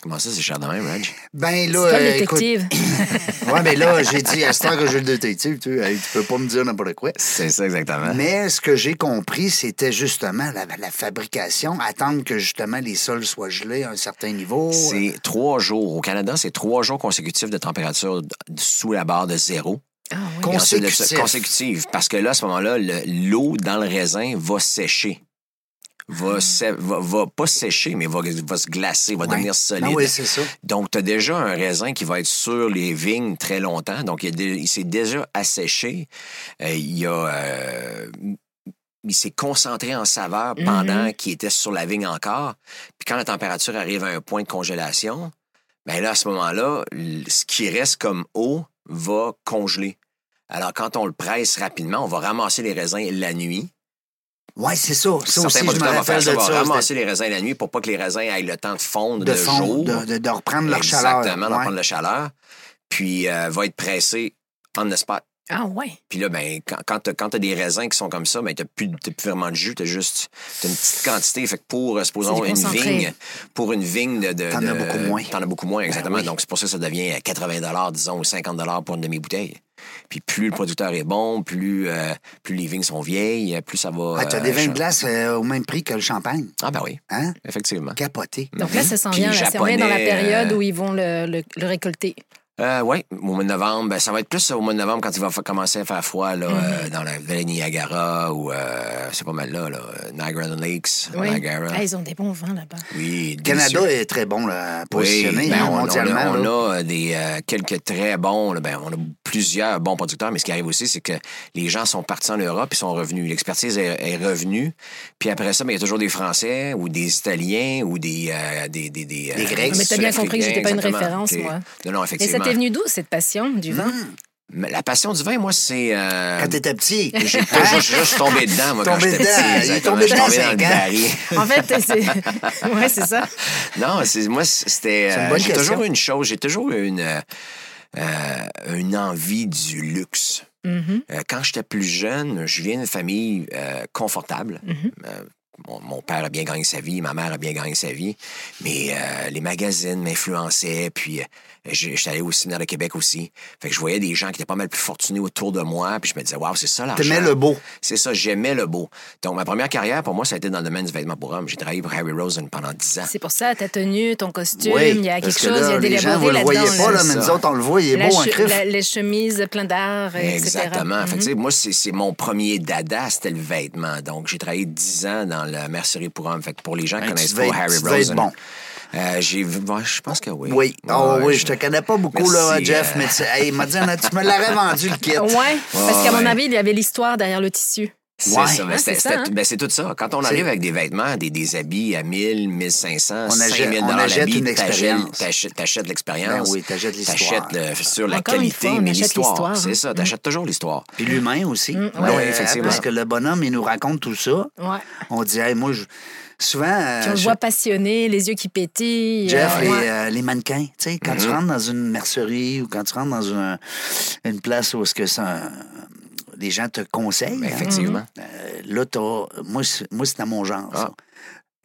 Comment ça, c'est cher de même, Reg? Ben C'est là, toi le euh, écoute, détective. ouais, mais là, j'ai dit, à ce temps que j'ai le détective, tu, sais, hey, tu peux pas me dire n'importe quoi. C'est ça, exactement. Mais ce que j'ai compris, c'était justement la, la fabrication, attendre que justement les sols soient gelés à un certain niveau. C'est trois jours. Au Canada, c'est trois jours consécutifs de température d- sous la barre de zéro. Ah oui. Con- Et ensuite de ça- Consécutif. Consécutive. Parce que là, à ce moment-là, le- l'eau dans le raisin va sécher. Va, sé- va, va pas sécher, mais va, va se glacer, va Mm. Ouais. devenir solide. Ah oui, c'est ça. Donc, tu as déjà un raisin qui va être sur les vignes très longtemps. Donc, il, y a dé- il s'est déjà asséché. Euh, il y a, euh, il s'est concentré en saveur Mm-hmm. pendant qu'il était sur la vigne encore. Puis quand la température arrive à un point de congélation, bien là, à ce moment-là, l- ce qui reste comme eau va congeler. Alors, quand on le presse rapidement, on va ramasser les raisins la nuit. Oui, c'est ça. Ça aussi, Certains je me producteurs vont faire rappelle ça, de vont ça. ramasser les raisins la nuit pour pas que les raisins aient le temps de fondre c'était le De fond, jour. de, de- de reprendre leur chaleur. Exactement, d'en Ouais. prendre la chaleur. Puis euh, va être pressé on the spot. Ah ouais. Puis là, ben, quand, quand t'as- quand t'as des raisins qui sont comme ça, ben, t'as plus, de- t'as plus vraiment de jus, t'as juste t'as une petite quantité. Fait que pour, euh, supposons, C'est une déconcentré. vigne, pour une vigne de. de- T'en as de- beaucoup moins. Ben T'en as beaucoup moins, exactement. Donc, c'est pour ça que ça devient à 80 disons, ou 50 pour une demi-bouteille. Puis plus le producteur est bon, plus, euh, plus les vignes sont vieilles, plus ça va. Ah, tu as euh, des vins de changer. glace euh, au même prix que le champagne. Ah, ben oui, Hein? effectivement. Capoté. Donc là, ça s'en Puis vient, là, c'est on est dans la japonais, période euh, hein. où ils vont le, le- le récolter. Euh, oui, au mois de novembre. Ben, ça va être plus au mois de novembre quand il va fa- commencer à faire froid là, Mm-hmm. euh, dans la vallée Niagara ou euh, c'est pas mal là, là Niagara Lakes, Oh Oui. Niagara. Ah, ils ont des bons vins là-bas. Oui, Le Canada délicieux. est très bon là, Oui, positionné ben, hein, on, on mondialement. a, on là. a, euh, des, euh, quelques très bons, là, ben, on a plusieurs bons producteurs, mais ce qui arrive aussi, c'est que les gens sont partis en Europe, ils sont revenus. L'expertise est, est revenue. Puis après ça, ben, il y a toujours des Français ou des Italiens ou des... euh, des, des, des, Des euh, Grecs. Mais t'as bien compris que j'étais pas une Exactement. référence, T'es- moi. Non, non, Et effectivement. ça t'est venu d'où, cette passion du vin? Mm. Mais La passion du vin, moi, c'est. euh, Quand t'étais petit. hein, J'ai pas juste, juste tombé dedans, moi, quand Tombé j'étais dedans. petit. Il est exactement. tombé Je suis dedans, tombé dans le cinq ans. baril. En fait, c'est. ouais, c'est ça. Non, c'est- moi, c'était. C'est une euh, bonne j'ai question. toujours eu une chose, j'ai toujours eu une, euh, euh, une envie du luxe. Mm-hmm. Mhm. Euh, quand j'étais plus jeune, je viens d'une famille euh, confortable. Mm-hmm. Euh, mon, mon père a bien gagné sa vie, ma mère a bien gagné sa vie, mais euh, les magazines m'influençaient, puis euh, j'ai- j'étais allé au séminaire de Québec aussi. Fait que je voyais des gens qui étaient pas mal plus fortunés autour de moi, puis je me disais, waouh, c'est ça l'argent. T'aimais le beau. C'est ça, j'aimais le beau. Donc, ma première carrière, pour moi, ça a été dans le domaine du vêtement pour hommes. J'ai travaillé pour Harry Rosen pendant 10 ans. C'est pour ça, ta tenue, ton costume, Oui, il y a quelque parce que chose, là, il y a des Les gens, vous élaborés le voyez là-dedans. pas, là. là, mais C'est nous ça. autres, on le voit, il est La beau, hein, un che- crif. la- les chemises plein d'air, etc. Exactement. Fait que, Mhm. tu sais, moi, c'est c'est mon premier dada, c'était le vêtement. Donc, j'ai travaillé 10 ans dans le mercerie pour hommes. Fait que pour les gens qui Hey, Ben, tu connaissent devais pas être- Harry tu devais être Rosen, bon. euh, j'ai vu- ouais, je pense que oui. Oui. Oh, Ouais, oui, je te connais pas beaucoup, là, Merci, Jeff, euh, mais tu hey, il m'a dit, Anna, tu me l'aurais vendu, le kit. Ouais, parce Ouais, qu'à mon ouais. avis, il y avait l'histoire derrière le tissu. C'est Ouais. ça, ben, Ouais, c'était- c'est ça, c'était- hein. ben, c'est tout ça. Quand on arrive avec des vêtements, des, des habits à 1000, 1500, On achète- 5000 on dollars achète l'habit, une t'achètes- expérience. t'achètes- T'achètes Ben l'expérience. oui, t'achètes l'histoire. T'achètes le- sur la Encore une qualité, fois, on mais achète l'histoire, l'histoire. hein. C'est ça, t'achètes toujours l'histoire. Puis l'humain aussi. Mm, ouais. Ben Oui, effectivement. Parce que le bonhomme, il nous raconte tout ça. Ouais. On dit, hey, moi, je- souvent. euh, Puis on le je- voit passionné, les yeux qui pétillent. Jeff, euh, les, ouais. euh, les mannequins, tu sais, quand tu Mm-hmm. rentres dans une mercerie ou quand tu rentres dans un- une place où est-ce que ça, les gens te conseillent, Ben, hein, Effectivement. euh, là, t'as- moi, c'est- moi, c'est à mon genre. ça. Ah.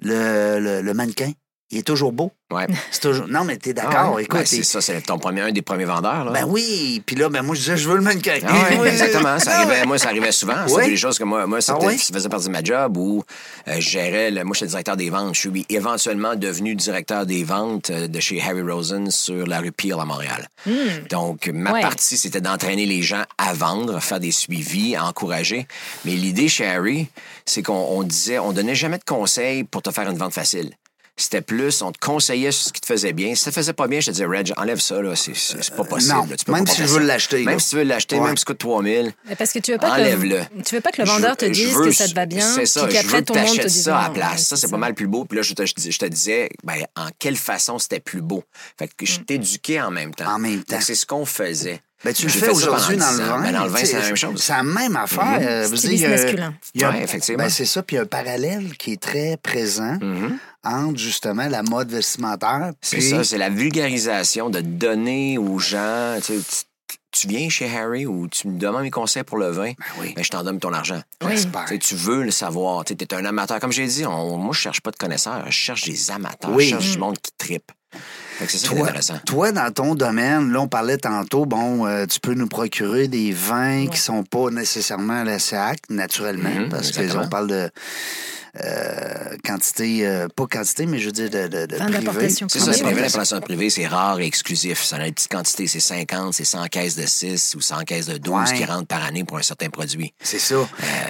Le, le- le mannequin, il est toujours beau. Mhm. Ouais. C'est toujours... Non, mais t'es d'accord, Ouais. écoute. Ben, c'est il- ça, c'est ton premier, un des premiers vendeurs. Là. ben oui, puis là, ben moi, je disais, je veux le mannequin. Ah ouais, exactement. Ça arrivait, moi, ça arrivait souvent. C'était Oui. des choses que moi, moi c'était, Ah oui? ça faisait partie de ma job où euh, je gérais. le- moi, j'étais directeur des ventes. Je suis éventuellement devenu directeur des ventes euh, de chez Harry Rosen sur la rue Peel à Montréal. Hmm. Donc, ma Ouais. partie, c'était d'entraîner les gens à vendre, faire des suivis, à encourager. Mais l'idée chez Harry, c'est qu'on on disait, on donnait jamais de conseils pour te faire une vente facile. C'était plus, on te conseillait sur ce qui te faisait bien. Si ça te faisait pas bien, je te disais, Reg, enlève ça, là, c'est- c'est c'est pas possible. non, là, tu peux même pas si porter je veux ça. l'acheter, là. Même si tu veux l'acheter, Ouais. même si ça coûte 3000. Mais Parce que tu veux pas que Enlève-le. le, tu veux pas que le vendeur te Je- je dise veux- que ça te va bien, C'est ça, puis je veux qu'après que tout le monde te t'achètes dise ça à la non. place. Ça, c'est Ouais, pas mal plus beau. Puis là, je te, je te- je te disais ben, en quelle façon c'était plus beau. Fait que Mm. je t'éduquais en même temps. En même temps. Donc, euh, C'est ce qu'on faisait. Ben, tu le J'ai fais fait ça aujourd'hui pendant dans dix le ans. vin. Ben, dans le vin, tu sais, c'est la même chose. C'est la même affaire. Mm-hmm. Euh, je veux Stylisme dire, il y a- masculin. il y a- Ouais, effectivement. Ben, c'est ça. Puis il y a un parallèle qui est très présent Mhm. entre justement la mode vestimentaire. C'est Mm-hmm. puis- ça, c'est la vulgarisation de donner aux gens. Tu, sais, tu- tu viens chez Harry ou tu me demandes mes conseils pour le vin, oui. ben, je t'en donne ton argent. J'espère. Tu sais, tu veux le savoir. Tu es un amateur. Comme j'ai dit, on- moi, je cherche pas de connaisseurs. Je cherche des amateurs. Oui. Je cherche Mm. du monde qui tripe. Fait que c'est ça qui est Toi, intéressant. toi, dans ton domaine, là, on parlait tantôt, bon, euh, tu peux nous procurer des vins qui sont pas nécessairement à la SAC, naturellement, Mhm, parce exactement. qu'on parle de euh, quantité, euh, pas quantité, mais je veux dire de, de, de Vin privé. d'importation. C'est Ah ça, oui, c'est oui. les vins d'importation privée, c'est rare et exclusif. Ça a des petites quantités, c'est 50, c'est 100 caisses de 6 ou 100 caisses de 12 Ouais. qui rentrent par année pour un certain produit. C'est ça.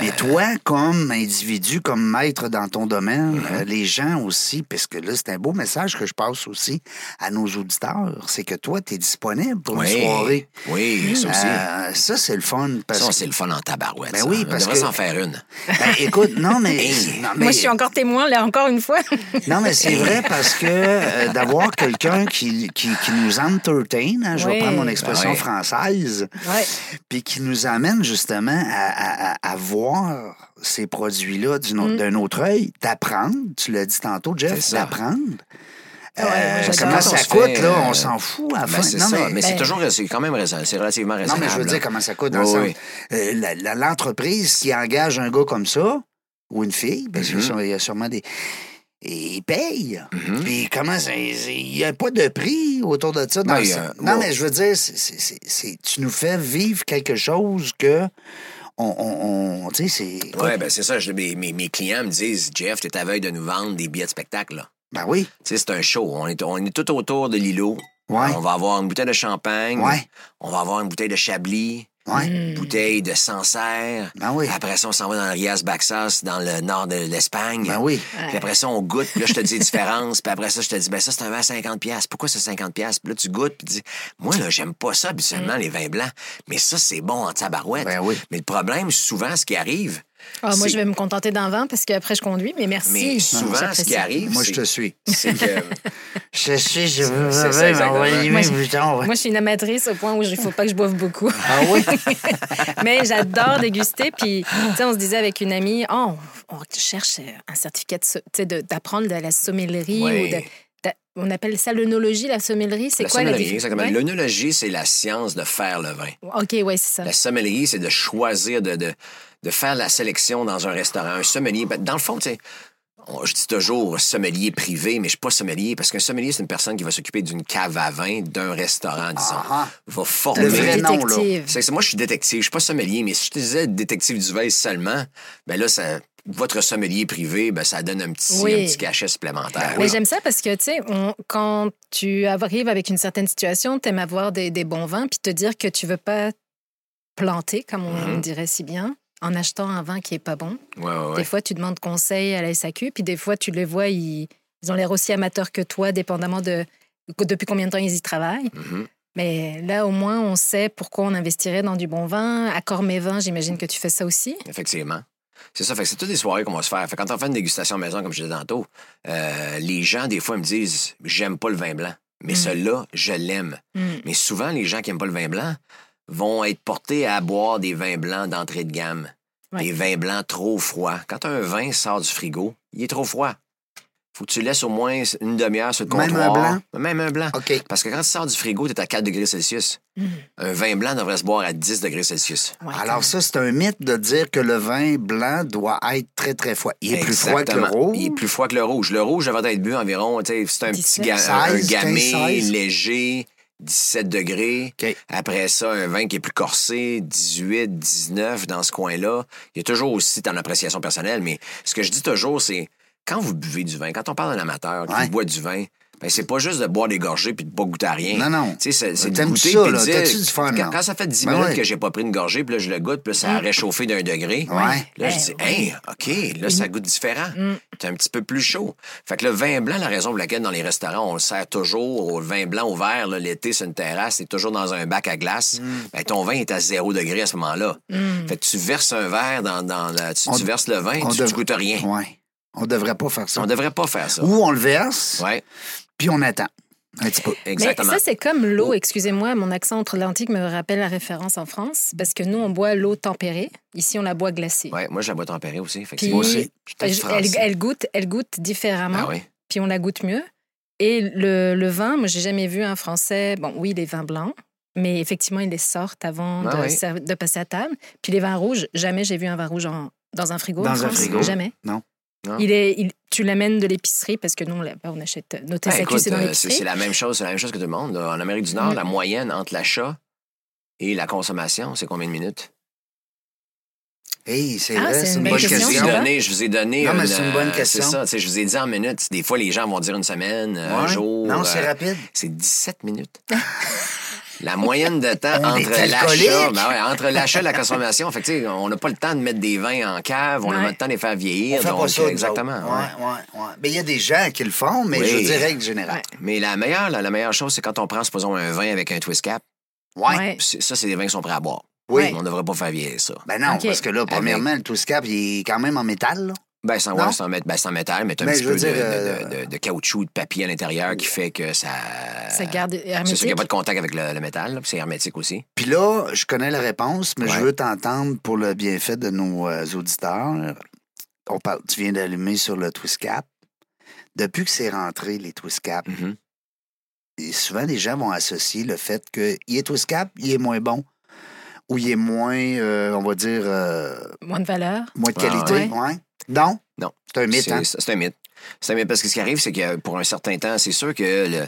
Mais toi, comme individu, comme maître dans ton domaine, Mm-hmm. euh, les gens aussi, parce que là, c'est un beau message que je passe aussi à nos auditeurs, c'est que toi, tu es disponible pour une soirée. Oui, ça aussi. Euh, ça, c'est le fun. Parce... Ça, c'est le fun en tabarouette. Ben ça. oui, On parce devrait que- s'en faire une. Ben, écoute, non, mais... Hey. non, mais- Moi, je suis encore témoin, là, encore une fois. Non, mais c'est vrai parce que euh, d'avoir quelqu'un qui, qui, qui nous entertain, hein, je vais Oui. prendre mon expression Ah ouais. française, Ouais. puis qui nous amène justement à, à- à- à voir ces produits-là d'une Mm. au- d'un autre œil, d'apprendre, tu l'as dit tantôt, Jeff, C'est ça. d'apprendre. Ouais, moi, Euh, j'adore. comment ça Quand on se coûte, fait, là, on euh, s'en fout à la Ben, fin. c'est Ah, Non, ça. mais- Mais, c'est Ben- toujours, c'est quand même raisonnable. C'est relativement non, raisonnable. mais je veux là. dire comment ça coûte dans Oui, le sens- oui. Euh, la- la- L'entreprise qui engage un gars comme ça, ou une fille, parce Mm-hmm. qu'il y a sûrement- il y a sûrement des. et il paye. Hmm? Mhm. Puis comment ça. Il n'y a pas de prix autour de ça. dans Ben, le il y sens- a- non, ouais. mais je veux dire, c'est- c'est- c'est- c'est- tu nous fais vivre quelque chose que. On. on, on- tu sais, c'est. Ouais, ben c'est ça. Je- mes, mes- mes clients me disent, Jeff, t'es à veille de nous vendre des billets de spectacle. Là. Ben oui. Tu sais, c'est un show. On est, on est tout autour de l'îlot. Ouais. On va avoir une bouteille de champagne. Ouais. On va avoir une bouteille de chablis. Ouais. Une bouteille de Sancerre. Ben oui. Après ça, on s'en va dans le Rias Baxas, dans le nord de l'Espagne. Ben oui. Puis après ça, on goûte. Puis là, je te dis les différences. Puis après ça, je te dis, ben ça, c'est un vin à 50 pièces. Pourquoi c'est 50 pièces? Puis là, tu goûtes. Puis tu dis, moi, là, j'aime pas ça habituellement, les vins blancs. Mais ça, c'est bon en tabarouette. Ben oui. Mais le problème, souvent, ce qui arrive, Ah, moi, C'est- je vais me contenter d'un vin parce qu'après, je conduis, mais merci. mais souvent, ce J'apprécie. qui arrive, Moi, je c'est- te suis. c'est que Je suis, je c'est ça, exactement. Moi, veux. je- Putain, Moi, je suis une amatrice au point où il faut pas que je boive beaucoup. Ah oui? Mais j'adore déguster. Puis, tu sais, on se disait avec une amie, oh, on on cherche euh, un certificat de so- tu sais, de- d'apprendre de, la sommellerie. Ouais. ou de- de- on appelle ça l'œnologie, la sommellerie. C'est la quoi la sommellerie, différence? exactement. L'œnologie, c'est la science de faire le vin. OK, ouais, c'est ça. La sommellerie, c'est de choisir, de, de, de faire la sélection dans un restaurant. Un sommelier, ben, dans le fond, tu sais, on- je dis toujours sommelier privé, mais je suis pas sommelier parce qu'un sommelier, c'est une personne qui va s'occuper d'une cave à vin, d'un restaurant, disons. Ah, ah. Va Le former. vrai nom, là. Détective. C'est- c'est- moi, je suis détective, je suis pas sommelier, mais si je te disais détective du vin seulement, ben là, ça, votre sommelier privé, ben, ça donne un petit, Oui. Ben, un petit cachet supplémentaire. Mais j'aime ça parce que, tu sais, on- quand tu arrives avec une certaine situation, t'aimes avoir des, des bons vins, puis te dire que tu veux pas planter, comme on Mm-hmm. Mhm. dirait si bien, en achetant un vin qui est pas bon. Ouais, ouais, Des ouais. fois, tu demandes conseil à la SAQ, puis des fois, tu les vois, ils, ils ont l'air aussi amateurs que toi, dépendamment de que- depuis combien de temps ils y travaillent. Mhm. Mais là, au moins, on sait pourquoi on investirait dans du bon vin. Accord mes vins, j'imagine que tu fais ça aussi. Effectivement. C'est ça, fait que c'est toutes des soirées qu'on va se faire. Fait que quand on fait une dégustation maison, comme je disais tantôt, euh, les gens, des fois, me disent J'aime pas le vin blanc, mais Mm. celui-là, je l'aime. Mm. Mais souvent, les gens qui n'aiment pas le vin blanc vont être portés à boire des vins blancs d'entrée de gamme, Ouais. des vins blancs trop froids. Quand un vin sort du frigo, il est trop froid. Faut que tu laisses au moins une demi-heure sur le Même comptoir. un Même un blanc. OK. Parce que quand tu sors du frigo, tu es à 4 degrés Celsius. Un vin blanc devrait se boire à 10 degrés Celsius. Ouais, Alors ça, c'est un mythe de dire que le vin blanc doit être très, très froid. Il est plus froid que le Exactement. rouge. Il est plus froid que le rouge. Le rouge devrait être bu environ, tu sais, c'est un petit 17, ga- un- un 16, gamay 15, 16. léger, 17 degrés. OK. Après ça, un vin qui est plus corsé, 18, 19, dans ce coin-là. Il y a toujours aussi ton appréciation personnelle, mais ce que je dis toujours, c'est quand vous buvez du vin, quand on parle d'un amateur qui Ouais. boit du vin, Ben, c'est pas juste de boire des gorgées puis de pas goûter à rien. Non, non. Ben, Tu sais, c'est- c'est de Euh, T'aimes-tu goûter ça, puis de là? dire- T'as-tu du fun, là? quand, quand ça fait 10 Ben minutes ouais. Mm. que j'ai pas pris une gorgée, puis là, je le goûte, puis là, ça a réchauffé d'un degré. Ouais. Là, je dis, Eh, hey, OK, là, ça goûte différent. Mm. C'est un petit peu plus chaud. Fait que le vin blanc, la raison pour laquelle dans les restaurants, on le sert toujours au vin blanc ouvert, là, l'été, sur une terrasse, c'est toujours dans un bac à Mm. glace. Ben, ton vin est à zéro degré à ce moment-là. Mm. Fait que tu verses un verre dans, dans la- tu, On- tu verses le vin, On tu, tu dev- goûtes rien. Ouais. On devrait pas faire ça. On devrait pas faire ça. Ou on le verse, Ouais, puis on attend. Un petit peu. exactement. Oh. Mais ça, c'est comme l'eau. Excusez-moi, mon accent outre-Atlantique me rappelle la référence en France, parce que nous, on boit l'eau tempérée. Ici, on la boit glacée. Ouais, moi, je la bois tempérée aussi. Fait que Puis- moi aussi. Elle, Je suis elle- français. elle goûte, elle goûte différemment, Ah oui. puis on la goûte mieux. Et le, le vin, moi, j'ai jamais vu un Français. Bon, oui, les vins blancs, mais effectivement, ils les sortent avant Ah de, oui. ser- de passer à table. Puis les vins rouges, jamais j'ai vu un vin rouge en- dans un frigo. en Dans un France. frigo. Jamais. Non. Non. Il est, il- tu l'amènes de l'épicerie parce que nous, là-bas, on achète nos Ben, TSAQ, écoute, c'est dans euh, c'est l'épicerie. c'est la même chose, c'est la même chose que tout le monde. là. En Amérique du Nord, Mm. la moyenne entre l'achat et la consommation, c'est combien de minutes? Hey, c'est Ah, vrai, c'est c'est une une bonne bonne je vous ai question. question. ça. donné, je vous ai donné. Non, mais c'est une bonne euh, question. C'est ça, tu sais, je vous ai dit en minutes. Des fois, les gens vont dire une semaine, un Ouais. jour. Non, c'est euh, rapide. C'est 17 minutes. La moyenne de temps On entre est alcoolique. l'achat, ben ouais, entre l'achat et la consommation. Fait que, tu sais, on n'a pas le temps de mettre des vins en cave, on n'a Ouais. pas le temps de les faire vieillir. On fait donc, pas ça, nous exactement. autres. ouais. Ouais, ouais, ouais. Mais il y a des gens qui le font, mais Oui. je dirais que général. Mais la meilleure, la, la meilleure chose, c'est quand on prend, supposons, un vin avec un twist cap. Ouais. Ouais. C'est- Ça, c'est des vins qui sont prêts à boire. Oui. On ne devrait pas faire vieillir ça. Ben non, Ok. parce que là, premièrement, le Twistcap, il est quand même en métal. Là. Ben, sans, Non? ouais, sans mét- ben, sans métal, mais t'as un Mais petit je veux peu de, dire, euh, de- de- de caoutchouc, de papier à l'intérieur qui fait que ça. Ça garde C'est sûr qu'il n'y a hermétique. pas de contact avec le, le métal, là, puis c'est hermétique aussi. Puis là, je connais la réponse, mais je Ouais. veux t'entendre pour le bienfait de nos euh, auditeurs. On parle, tu viens d'allumer sur le Twistcap. Depuis que c'est rentré, les Twistcap, Mhm. et souvent les gens vont associer le fait que il est Twistcap, il est moins bon. Ou il est moins, euh, on va dire, euh, Moins de valeur. moins de Ah Ouais, qualité. Ouais. Non? Non. C'est un mythe, C'est- hein? C'est c'est un mythe. C'est un mythe parce que ce qui arrive, c'est que pour un certain temps, c'est sûr que le,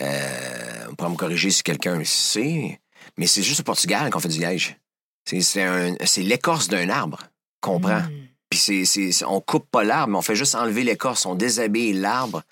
euh, on pourra me corriger si quelqu'un sait, mais c'est juste au Portugal qu'on fait du liège. C'est- C'est un- c'est l'écorce d'un arbre qu'on prend. Mm. Puis c'est, c'est- c'est- on coupe pas l'arbre, mais on fait juste enlever l'écorce, on déshabille l'arbre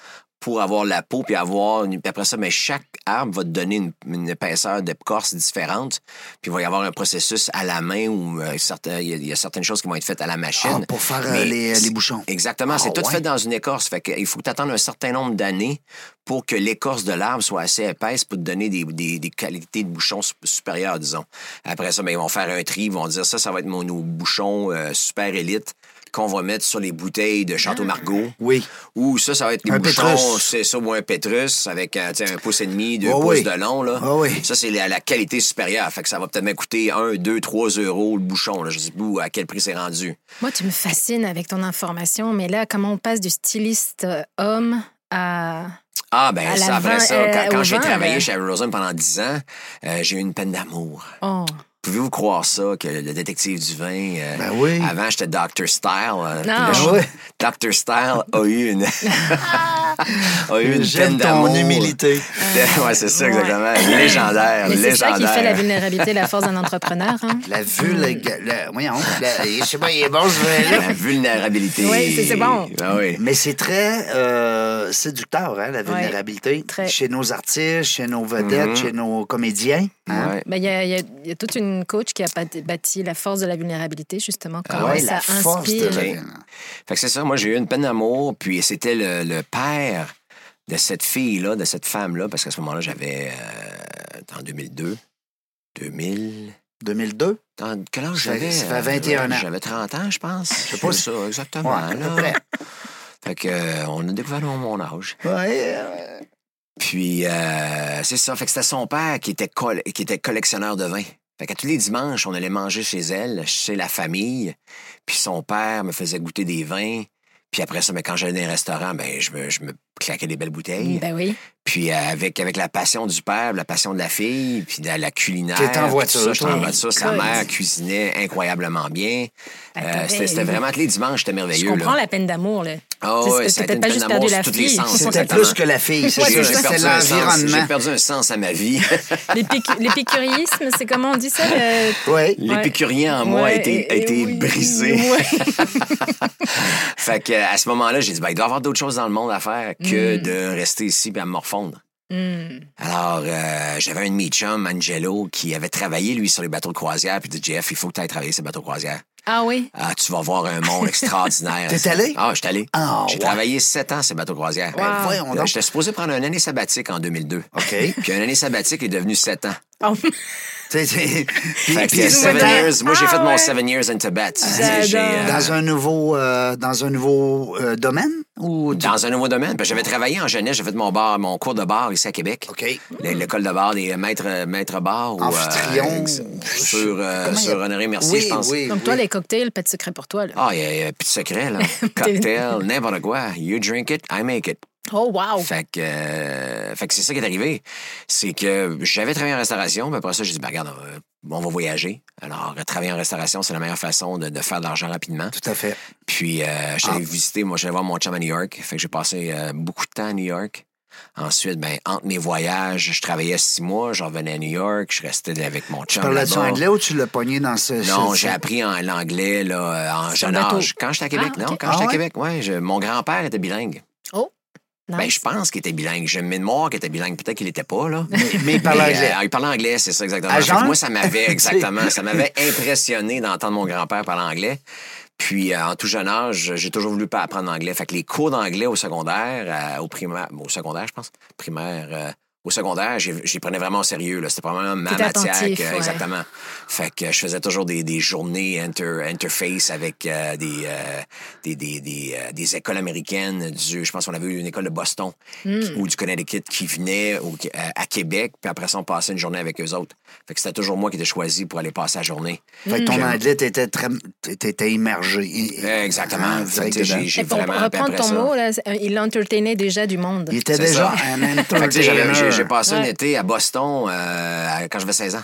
pour avoir la peau, puis avoir. une- puis après ça, mais chaque arbre va te donner une, une épaisseur d'écorce différente. Puis il va y avoir un processus à la main où euh, certains- il y, a- il y a certaines choses qui vont être faites à la machine. Ah, pour faire euh, Mais les, les c'est- bouchons. Exactement, Ah, c'est tout ouais. fait dans une écorce. Fait qu'il faut t'attendre un certain nombre d'années pour que l'écorce de l'arbre soit assez épaisse pour te donner des, des- des qualités de bouchons sup- supérieures, disons. Après ça, ben, ils vont faire un tri, ils vont dire ça, ça va être mon, nos bouchons euh, super élite qu'on va mettre sur les bouteilles de Château Margaux. Oui. Ou ça, ça va être les Ah. Un bouchons, Pétrus. c'est ça, ou un pétrus avec euh, tu sais, un pouce et demi, deux Ah pouces oui. de long. Là. Ah oui. Ça, c'est la, la qualité supérieure. Fait que ça va peut-être me coûter 1, 2, 3 euros le bouchon. Là. Je sais plus à quel prix c'est rendu. Moi, tu me fascines avec ton information, mais là, comment on passe du styliste euh, homme à. Ah, ben À la ça, après vin- ça, euh, quand, quand au j'ai vin, travaillé là. chez Rosen pendant 10 ans, euh, j'ai eu une peine d'amour. Oh, Pouvez-vous croire ça, que le détective du vin... euh, Ben oui. Avant, j'étais Dr. Style. euh, puis là, Non. je- Ben oui. Dr. Style a eu une... a eu une peine J'aime d'amour. ton humilité. ouais, c'est ça, Ouais. exactement. Légendaire, mais c'est ça légendaire. qui fait la vulnérabilité et la force d'un entrepreneur. Hein. La vulga... la- Voyons. la- Je sais pas, il est bon ce vin-là. La vulnérabilité. Oui, c'est- c'est bon. Ben oui. Mais c'est très euh, séducteur, hein, la vulnérabilité. très. Chez nos artistes, chez nos vedettes, Mhm. chez nos comédiens. hein. Ouais. Ben, Il y, a- il y a- il y a toute une coach qui a bat- bâti la force de la vulnérabilité, justement. Ah Comment Ouais, ça la force de inspire. la Ok. Fait que c'est ça, moi j'ai eu une peine d'amour, puis c'était le, le père de cette fille-là, de cette femme-là, parce qu'à ce moment-là, j'avais euh, en 2002, 2000... 2002. dans- quel âge Ça- j'avais? ça fait euh, 21 ans. J'avais 30 ans, je pense. sais Je pas si- ça, exactement. Ouais, à peu là. près. Fait que, euh, on a découvert mon- mon âge. Ouais, euh, Puis, euh, c'est ça. Fait que c'était son père qui était, col- qui était collectionneur de vin. Fait qu'à tous les dimanches, on allait manger chez elle, chez la famille. Puis son père me faisait goûter des vins. Puis après ça, ben, quand j'allais dans un restaurant, ben, je, me, je me claquais des belles bouteilles. Ben oui. Puis euh, avec, avec la passion du père, la passion de la fille, puis de la culinaire. T'étais en puis voiture, tout ça, J'étais en toi. voiture. Sa Écoute. mère cuisinait incroyablement bien. Ben, Euh, t'avais- c'était c'était vraiment tous les dimanches, c'était merveilleux. Je comprends là. la peine d'amour. là. Ah C'est- ouais, c'est ça a peut-être été pas une juste peine d'amour perdu la sur tous les fille. sens, C'était exactement. plus que la fille. Ouais, C'est c'est ça, ça. c'est perdu un sens. J'ai l'environnement. perdu un sens à ma vie. L'épic- L'épicurisme, c'est comment on dit ça le- Oui. L'épicurien en Ah, moi a Ouais, été, et- a et été oui. brisé. Ouais. fait que, à ce moment-là, j'ai dit, ben, il doit y avoir d'autres choses dans le monde à faire que que Mm. de rester ici et à me morfondre. Hmm. Alors, euh, j'avais un de mes chums, Angelo, qui avait travaillé, lui, sur les bateaux de croisière, puis il dit, Jeff, il faut que tu ailles travailler sur les bateaux de croisière. Ah oui? Ah, tu vas voir un monde extraordinaire. T'es allé? Ah, je suis allé. Ah, J'ai ouais. travaillé sept ans sur les bateaux de croisière. Euh, Ben, Wow. voyons donc. J'étais supposé prendre une année sabbatique en 2002. OK. Puis une année sabbatique est devenue sept ans. Oh, T'sais, t'sais, Fait puis- que puis euh, seven dans- years, moi, j'ai Ah, fait mon ouais. seven years in Tibet. J'adore. J'ai, euh, dans un nouveau, euh, dans un nouveau euh, domaine? Ou tu- dans un nouveau domaine. Parce que J'avais travaillé en jeunesse, j'ai fait mon bar, mon cours de bar ici à Québec. OK. Le- L'école de bar des maîtres, maîtres bar. ou, euh, Amphitryon. ex- sur, euh, Comment il y a- sur Honoré Mercier, oui, je pense. Oui, Comme oui. toi, les cocktails, pas de secret pour toi. Là. Ah, il y a, il y a plus de secret, là. Cocktail, n'importe quoi. You drink it, I make it. Oh, wow! Fait que, euh, fait que c'est ça qui est arrivé. C'est que j'avais travaillé en restauration, mais après ça, j'ai dit, ben, regarde, euh, on va voyager. Alors, euh, travailler en restauration, c'est la meilleure façon de, de faire de l'argent rapidement. Tout à fait. Puis, euh, Ah. j'allais visiter, moi, j'allais voir mon chum à New York. Fait que j'ai passé euh, beaucoup de temps à New York. Ensuite, ben, entre mes voyages, je travaillais six mois, je revenais à New York, je restais avec mon chum. Parlais-tu là-bas. anglais ou tu l'as pogné dans ce... Non, ce- j'ai appris en l'anglais là, euh, en Sur jeune le bateau. âge. Quand j'étais à Québec, Ah, non? ok. Quand Ah j'étais à ouais? Québec, ouais, je- mon grand-père était bilingue. Ben, je Oh, Nice. pense qu'il était bilingue. J'ai une mémoire qu'il était bilingue. Peut-être qu'il l'était pas, là. Mais il parlait Mais, anglais. euh, il parlait anglais, c'est ça, exactement. À Fait que jeun? moi, ça m'avait, exactement, ça m'avait impressionné d'entendre mon grand-père parler anglais. Puis, euh, en tout jeune âge, j'ai toujours voulu pas apprendre l'anglais. Fait que les cours d'anglais au secondaire, euh, au primaire, au secondaire, je pense, primaire, euh, au secondaire, j'ai- j'y prenais vraiment au sérieux. là. C'était probablement ma T'étais matière. attentif, que- ouais. Exactement. Fait que je faisais toujours des, des journées inter- interface avec euh, des, euh, des, des, des, euh, des écoles américaines. Du, je pense qu'on avait eu une école de Boston Hmm. qui- ou du Connecticut qui venait au- à, à Québec. Puis après ça, on passait une journée avec eux autres. Fait que c'était toujours moi qui étais choisi pour aller passer la journée. Fait que ton anglais, t'étais très... t'étais immergé. I- Euh, Exactement. Ah, Fait que direct dedans. j'ai j'ai Et pour vraiment appris reprendre après ton ça. mot, là, c'est- euh, il entertainait déjà du monde. Il était C'est déjà ça. un Fait que, tu sais, j'avais- J'ai j'ai entertainer. passé un Ouais. été à Boston euh, à- quand j'avais 16 ans.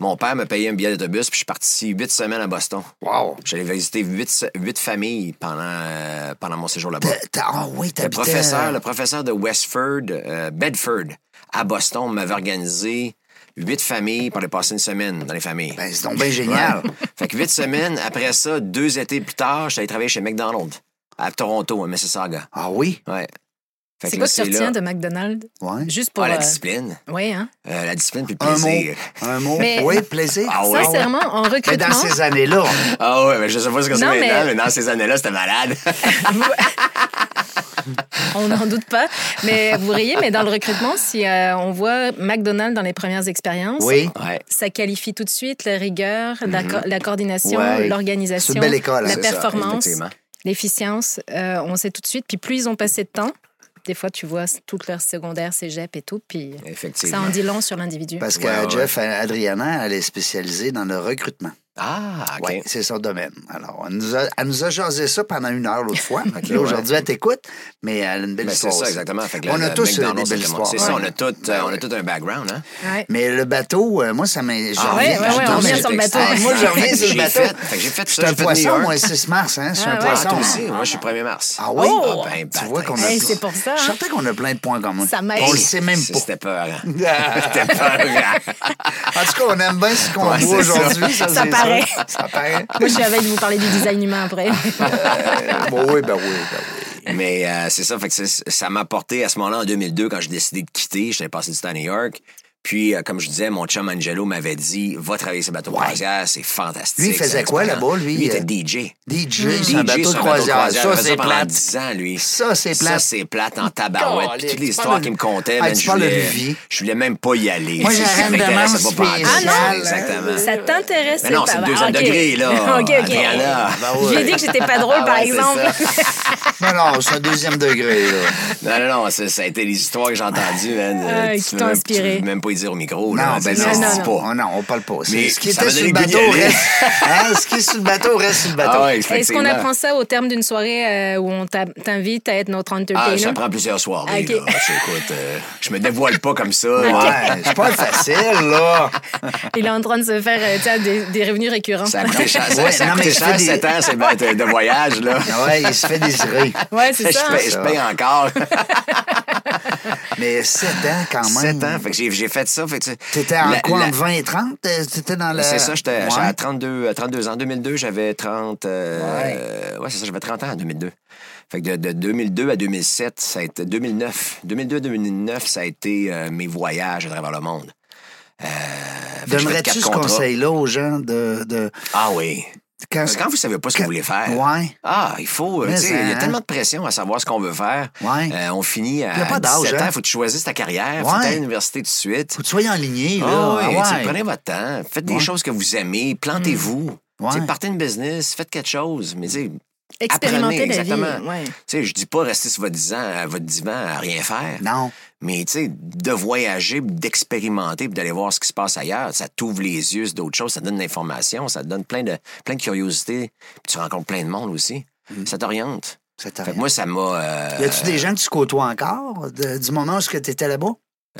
Mon père me payait un billet d'autobus, puis je suis parti huit semaines à Boston. Wow. J'allais visiter huit, se- huit familles pendant, euh, pendant mon séjour là-bas. T'as- t'as- Ah oui, Le t'habitais... euh, professeur, le professeur de Westford, euh, Bedford, à Boston, m'avait organisé huit familles pour aller passer une semaine dans les familles. Ben, c'est donc bien génial. Ouais. Fait que huit semaines, après ça, deux étés plus tard, j'allais travailler chez McDonald's à Toronto, à Mississauga. Ah oui? Ouais. Fait C'est là, quoi que tu là- retiens de McDonald's? Ouais. Juste pour. Ah, la euh, discipline. ouais, hein? Euh, la discipline puis le Un mot. plaisir. Un mot. Mais- Oui, plaisir. Ah ouais. Sincèrement, en Mais recrutement. dans ces années-là, on- Ah ouais, mais je sais pas ce que c'est Non, maintenant, mais... mais- dans ces années-là, c'était malade. On n'en doute pas. Mais vous riez, mais dans le recrutement, si euh, on voit McDonald's dans les premières expériences, oui, Mm-hmm. ouais. ça qualifie tout de suite la rigueur, la, co- la coordination, Ouais. l'organisation, C'est une belle école, hein, la c'est ça, performance, effectivement. l'efficience. Euh, on sait tout de suite. Puis plus ils ont passé de temps, des fois, tu vois toute leur secondaire, cégep et tout. Puis ça Effectivement. en dit long sur l'individu. parce que Ouais, ouais. Jeff, Adriana, elle est spécialisée dans le recrutement. Ah, OK. Oui, c'est son domaine. Alors, elle nous, a, elle nous a jasé ça pendant une heure l'autre fois. Fait que ouais. là, aujourd'hui, elle t'écoute, mais elle a une belle Ben, c'est histoire. ça, aussi. exactement. Fait que on le- a le tous euh, McDonald's, des belles c'est le- histoires. C'est ça, on a tout, euh, on a tout un background, hein? Ouais. Mais le bateau, euh, moi, ça m'a. j'en Ah, reviens- ouais, ouais, j'en ouais, on reviens revient sur le sur- bateau. Ah, moi, je reviens sur J'ai le bateau. fait- fait que j'ai fait Je ça, suis j'ai un fait poisson, New moi, York. le 6 mars. Hein? Je suis Ah, un ouais. Ah, poisson. toi aussi, moi, je suis 1er mars. Ah oui? Oh! Ah, ben, tu vois qu'on a. Hey, c'est pour ça, Je hein. certain qu'on a plein de points communs. Ça m'aide. On le sait même Ça, pas. C'était peur. hein? Ah. C'était peur. hein? En tout cas, on aime bien ce qu'on Ouais, voit c'est aujourd'hui. Ça, Ça c'est paraît. sûr. Ça paraît. Moi, je savais de vous parler du design humain après. Ah Euh, bon, oui, ben oui, ben oui. Mais euh, c'est ça, fait que c'est- ça m'a porté à ce moment-là, en 2002, quand j'ai décidé de quitter, j'avais passé du temps à New York. Puis, euh, comme je disais, mon chum Angelo m'avait dit Va travailler ces bateaux de croisière, c'est fantastique. Lui, il faisait c'est quoi inspirant. là-bas, lui? Lui, il était DJ. DJ, DJ c'est un bateau de sur un bateau de croisière. Il Ça, faisait c'est pendant plate. 10 ans, lui. Ça, c'est Ça, plate. c'est plate en tabarouette. Puis Caliste, tu toutes les histoires parles qu'il de- me contait, Ah, man, tu je parles de voulais, vie. je voulais même pas y aller. Moi, Ça j'aurais ça une m'intéressait demande pas, pas en tout. spéciale. Ah non? Exactement. Ça t'intéressait Mais non, pas. c'est Ah, 200 ok. degrés, là. ok, ok. Adriana. Ah J'ai dit que j'étais pas drôle, par Ouais, c'est exemple. ça. Ah, ben Non, non, c'est un deuxième degré, là. Non, non, non, ça, ça a été les histoires que j'ai entendues, man. Ah, Euh, qui tu peux t'ont même- inspiré. Tu peux même pas y dire au micro. Non, là, ben ça non, se non, dit non. pas. Oh non, on parle pas. C'est- Mais ce qui ça était va sur le donner le goût bateau d'y aller. reste. Hein, ce qui est sur le bateau reste sur le bateau. Ah, ouais, Est-ce qu'on effectivement. apprend ça au terme d'une soirée euh, où on t'a- t'invite à être notre Ah, ça entertainer? prend plusieurs soirs. Ok. Écoute, euh, je me dévoile pas comme ça. ouais. Ouais, c'est pas facile, là. Il est en train de se faire euh, tiens, des, des revenus récurrents. Ça a coûté cher. Ça, Ouais, ça a non, coûté mais tu cher, fais des- 7 ans, c'est ben, de de voyage, là. Ouais, il se fait désirer. Ouais, c'est Je ça. hein. paye, je paye encore. Mais 7 ans quand même. 7 ans. Fait que j'ai- j'ai fait ça. Fait que tu- T'étais en la- quoi, la- entre 20 et 30? Euh, T'étais dans le... C'est ça, j'étais Ouais. j'étais à 32, à 32 ans. En 2002, j'avais 30. euh, ouais, c'est ça, j'avais 30 ans en 2002. Fait que de, de 2002 à 2007, ça a été. 2009. 2002 2009, ça a été euh, mes voyages à travers le monde. Euh, fait que j'ai fait Donnerais-tu quatre ce contrats. conseil-là aux gens de... de... Ah oui. Quand... Parce que Quand vous savez pas ce que vous voulez faire. Ouais, Ah, il faut. euh, Mais tu sais, Il y a hein. tellement de pression à savoir ce qu'on veut faire. ouais. Euh, on finit à Il y a pas d'âge, 17 ans, hein? faut que tu choisisses ta carrière, faut Ouais. que tu ailles à l'université tout de suite. Faut que tu sois aligné, là. Ah oui, Ah tu sais, ouais. Prenez votre temps, faites des Ouais. Hmm. choses que vous aimez, plantez-vous. Ouais. Tu sais, Partez une business, faites quelque chose. Mais tu sais, Expérimenter Apprenez, la vie. exactement. Ouais. tu sais, je dis pas rester sur votre divan, à votre divan à rien faire. Non. Mais tu sais, de voyager, puis d'expérimenter, puis d'aller voir ce qui se passe ailleurs, ça t'ouvre les yeux sur d'autres choses, ça te donne de l'information, ça te donne plein de, plein de curiosité. Puis tu rencontres plein de monde aussi. Ça t'oriente. Ça Fait que t'arrive. moi, ça m'a. euh, Mhm. Y a-tu des gens que tu côtoies encore de- du moment où tu étais là-bas?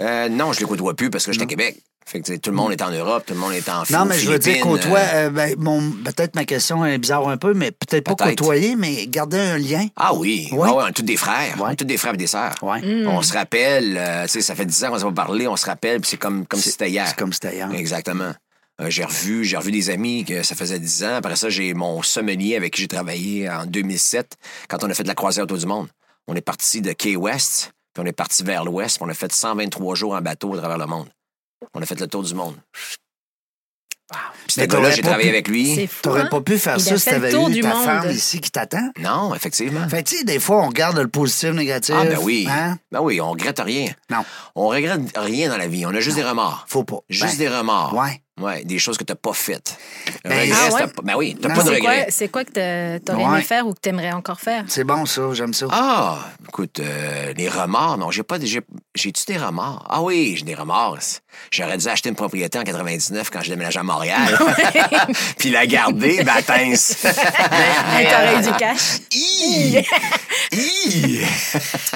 Euh, non, je les côtoie plus parce que j'étais à Non. Mhm. Québec. Fait que, tu sais, tout le monde est en Europe, tout le monde est en Non, mais je veux dire Philippines, côtoie. euh, euh, ben, mon- peut-être ma question est bizarre un peu, mais peut-être pas Peut-être. côtoyer, mais garder un lien. Ah oui, Ouais. Ah ouais, on est tous des frères, Ouais. on est tous des frères et des sœurs. Ouais. Mm. On se rappelle, euh, tu sais, ça fait 10 ans qu'on s'est pas parlé, on se rappelle, puis c'est comme, comme si c'était hier. C'est comme c'était Hein? hier. Exactement. Euh, j'ai revu, j'ai revu des amis que ça faisait 10 ans. Après ça, j'ai mon sommelier avec qui j'ai travaillé en 2007 quand on a fait de la croisière autour du monde. On est parti de Key West, puis on est parti vers l'ouest, puis on a fait 123 jours en bateau à travers le monde. On a fait le tour du monde. Puis Mais ce gars-là, t'aurais j'ai pas travaillé pu- avec lui. C'est fou. T'aurais hein? pas pu faire Il ça a si fait le t'avais tour eu du ta monde. femme ici qui t'attend. Non, effectivement. Fait que, tu sais, des fois, on regarde le positif, le négatif. Ah, ben oui. Hein? Ben oui, on regrette rien. Non. On regrette rien dans la vie. On a juste des remords. Faut pas. Juste Ben, des remords. Ouais. Ouais, des choses que t'as pas faites. Le Ben, regret, Ah c'est ouais? t'as pas- ben oui, t'as Non. pas de C'est regrets. quoi, c'est quoi que t'a- t'aurais Ouais. aimé faire ou que t'aimerais encore faire? C'est bon, ça. J'aime ça. Ah, écoute, euh, les remords, non, j'ai pas des. j'ai- J'ai-tu des remords? Ah oui, j'ai des remords. J'aurais dû acheter une propriété en 99 quand je déménageais à Montréal. Puis la garder, ben, tince. Ah, Mais t'aurais eu du cash. Hi! Hi!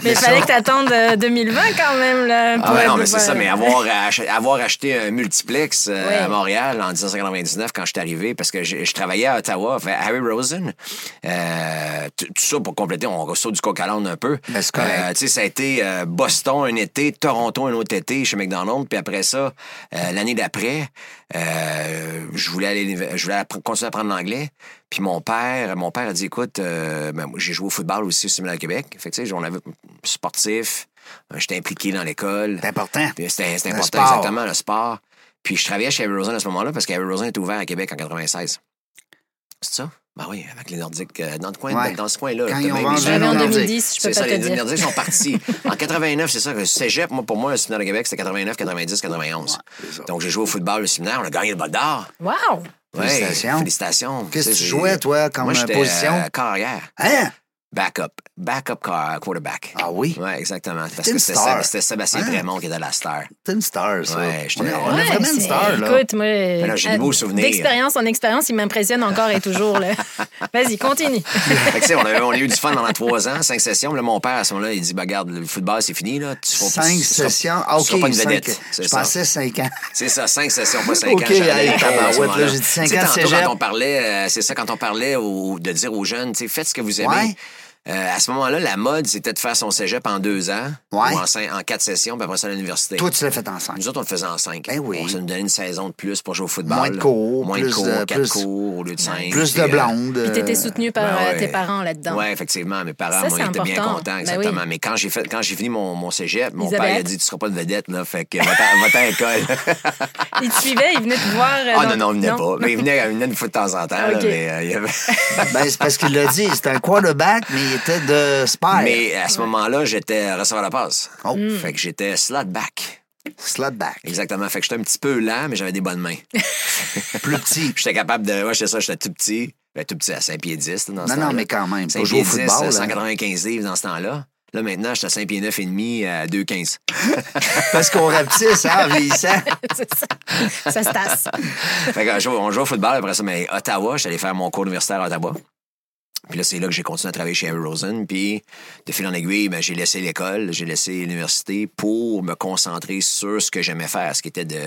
Mais il fallait que t'attendes euh, 2020 quand même. Là, Ah, pour ben non, être- mais c'est ça, mais Ouais. avoir, ach- avoir acheté un multiplex euh, Ouais. à Montréal en 1999 quand je suis arrivé, parce que je, je travaillais à Ottawa, fait, Harry Rosen, euh, tout tout ça pour compléter, on ressort du coq à l'âne un peu. Ben, c'est correct. Euh, tu sais, ça a été euh, Boston un été, Toronto un autre été chez McDonald's, puis après ça, euh, l'année d'après, euh, je voulais aller, je voulais appre- continuer à apprendre l'anglais. Puis mon père, mon père a dit, écoute, euh, ben, moi, j'ai joué au football aussi au Séminaire du Québec. Fait que, tu sais, on avait sportif, euh, j'étais impliqué dans l'école. C'est important. Puis C'était c'était Ben, Le important, sport. exactement, le sport. Puis je travaillais chez Harry Rosen à ce moment-là parce qu'Harry Rosen était ouvert à Québec en 96. C'est ça? Ben oui, avec les Nordiques. euh, dans, le coin, Ouais. dans ce coin-là. Quand t'as ils ont même vendu les- J'avais en Non, non, 2010, je peux c'est pas ça, te les dire. Nordiques sont partis. en 89, c'est ça. Le cégep, moi, pour moi, le séminaire de Québec, c'était 89, 90, 91. Donc, j'ai joué au football, le séminaire, on a gagné le bol d'or. Wow! Ouais, Félicitations. Félicitations. Qu'est-ce que Tu tu sais, jouais, j'ai- toi, comme Moi, euh, j'étais position? euh, carrière. Hein? Backup. Backup car- quarterback. Ah oui? Oui, exactement. Parce une que c'était star. Séb- c'était Sébastien Hein? Prémont qui était la star. T'es une star, ça. Ouais, on j'étais- est, on est Ouais, vraiment une c'est- star, là. Écoute, moi, là, j'ai des beaux euh, souvenirs. D'expérience en expérience, il m'impressionne encore et toujours. là. Vas-y, continue. Fait que, tu sais, on, avait- on a eu du fun pendant trois ans, cinq sessions. Puis Là, mon père, à ce moment-là, il dit bah, Regarde, le football, c'est fini. Là. Tu seras- Cinq tu seras- sessions. Ah, tu OK, seras pas une cinq. vedette. C'est Je ça. pensais cinq ans. C'est ça, cinq sessions, pas cinq OK, ans. j'avais hey, les tables à tabarouette, ce moment-là. là, j'ai dit cinq Tu sais, ans, tantôt, cégep. quand on parlait, euh, c'est ça, quand on parlait au- de dire aux jeunes, tu sais, faites ce que vous aimez. Ouais. Euh, à ce moment-là, la mode, c'était de faire son cégep en deux ans, Ouais. ou en, cinq- en quatre sessions, puis après ça à l'université. Toi, tu l'as fait en cinq. Ah, Nous autres, on le faisait en cinq. Ben oui. On se donnait une saison de plus pour jouer au football. Moins de cours, Moins de plus cours, de- quatre plus- cours au lieu de cinq. Plus Puis, de euh, blondes. Puis t'étais euh, soutenu par ben euh, ouais. tes parents là-dedans. Oui, effectivement. Mes parents Ça, moi, c'est ils étaient bien important. contents, Ben exactement. oui. Mais quand j'ai fait, quand j'ai fini mon, mon cégep, mon Isabelle. père il a dit Tu seras pas de vedette, là, fait que va-t'en va-t'en à l'école. Ils te suivaient, ils venaient te voir. euh, ah dans- non, non, il venait pas. Mais il venait, il venait une fois de temps en temps, là, Ok. mais euh, il y avait. Ben, c'est parce qu'il l'a dit, c'était un quarterback, mais il était de spy. Mais à ce moment-là, j'étais receveur la passe. Oh, Hmm. Fait que j'étais slot back. slotback. Exactement. Fait que j'étais un petit peu lent, mais j'avais des bonnes mains. Plus petit. J'étais capable de. Ouais, c'est ça, j'étais tout petit. Ben, tout petit à 5 pieds 10 là, dans ce Non, non, temps-là. mais quand même. Pour 5 jouer pieds au 10, football. hein. 195 livres dans ce temps-là. Là, maintenant, j'étais à 5 pieds 9 et demi euh, à 2,15. Parce qu'on rapetisse, hein, en vieillissant. C'est ça. Ça se tasse. Fait que, on joue- on joue au football après ça, mais Ottawa, j'allais faire mon cours universitaire à Ottawa. Puis là, c'est là que j'ai continué à travailler chez Harry Rosen. Puis, de fil en aiguille, ben, j'ai laissé l'école, j'ai laissé l'université pour me concentrer sur ce que j'aimais faire, ce qui était de,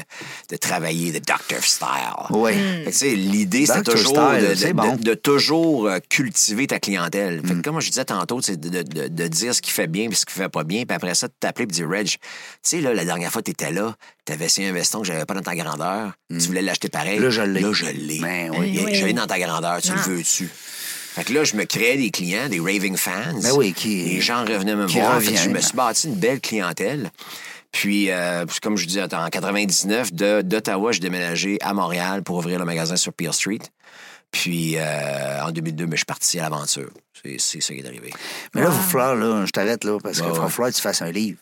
de travailler de doctor style. Oui. Fait que, tu sais, l'idée, c'était Doctor toujours style, de, de- c'est bon. Mm. de- de toujours euh, cultiver ta clientèle. Fait que comme je disais tantôt, tu sais, de, de- de- de dire ce qui fait bien puis ce qui fait pas bien, puis après ça, de t'appeler et de dire, Reg, tu sais, là, la dernière fois, t'étais là, t'avais essayé un veston que j'avais pas dans ta grandeur, tu voulais l'acheter pareil. Mm. Là, je l'ai. Là, je l'ai. Ben oui. Il y a- Oui. Je l'ai dans ta grandeur, tu le Ah. veux-tu? Fait que là, je me créais des clients, des raving fans. Ben oui, qui- Les gens revenaient me qui voir. Fait que je reviennent. me suis bâti une belle clientèle. Puis, euh, puis comme je disais, en 99, de- d'Ottawa, j'ai déménagé à Montréal pour ouvrir le magasin sur Peel Street. Puis euh, en 2002, mais je suis parti à l'aventure. C'est c'est ça qui est arrivé. Mais là, il va falloir, là, je t'arrête là, parce qu'il Ouais, va ouais. falloir que tu fasses un livre.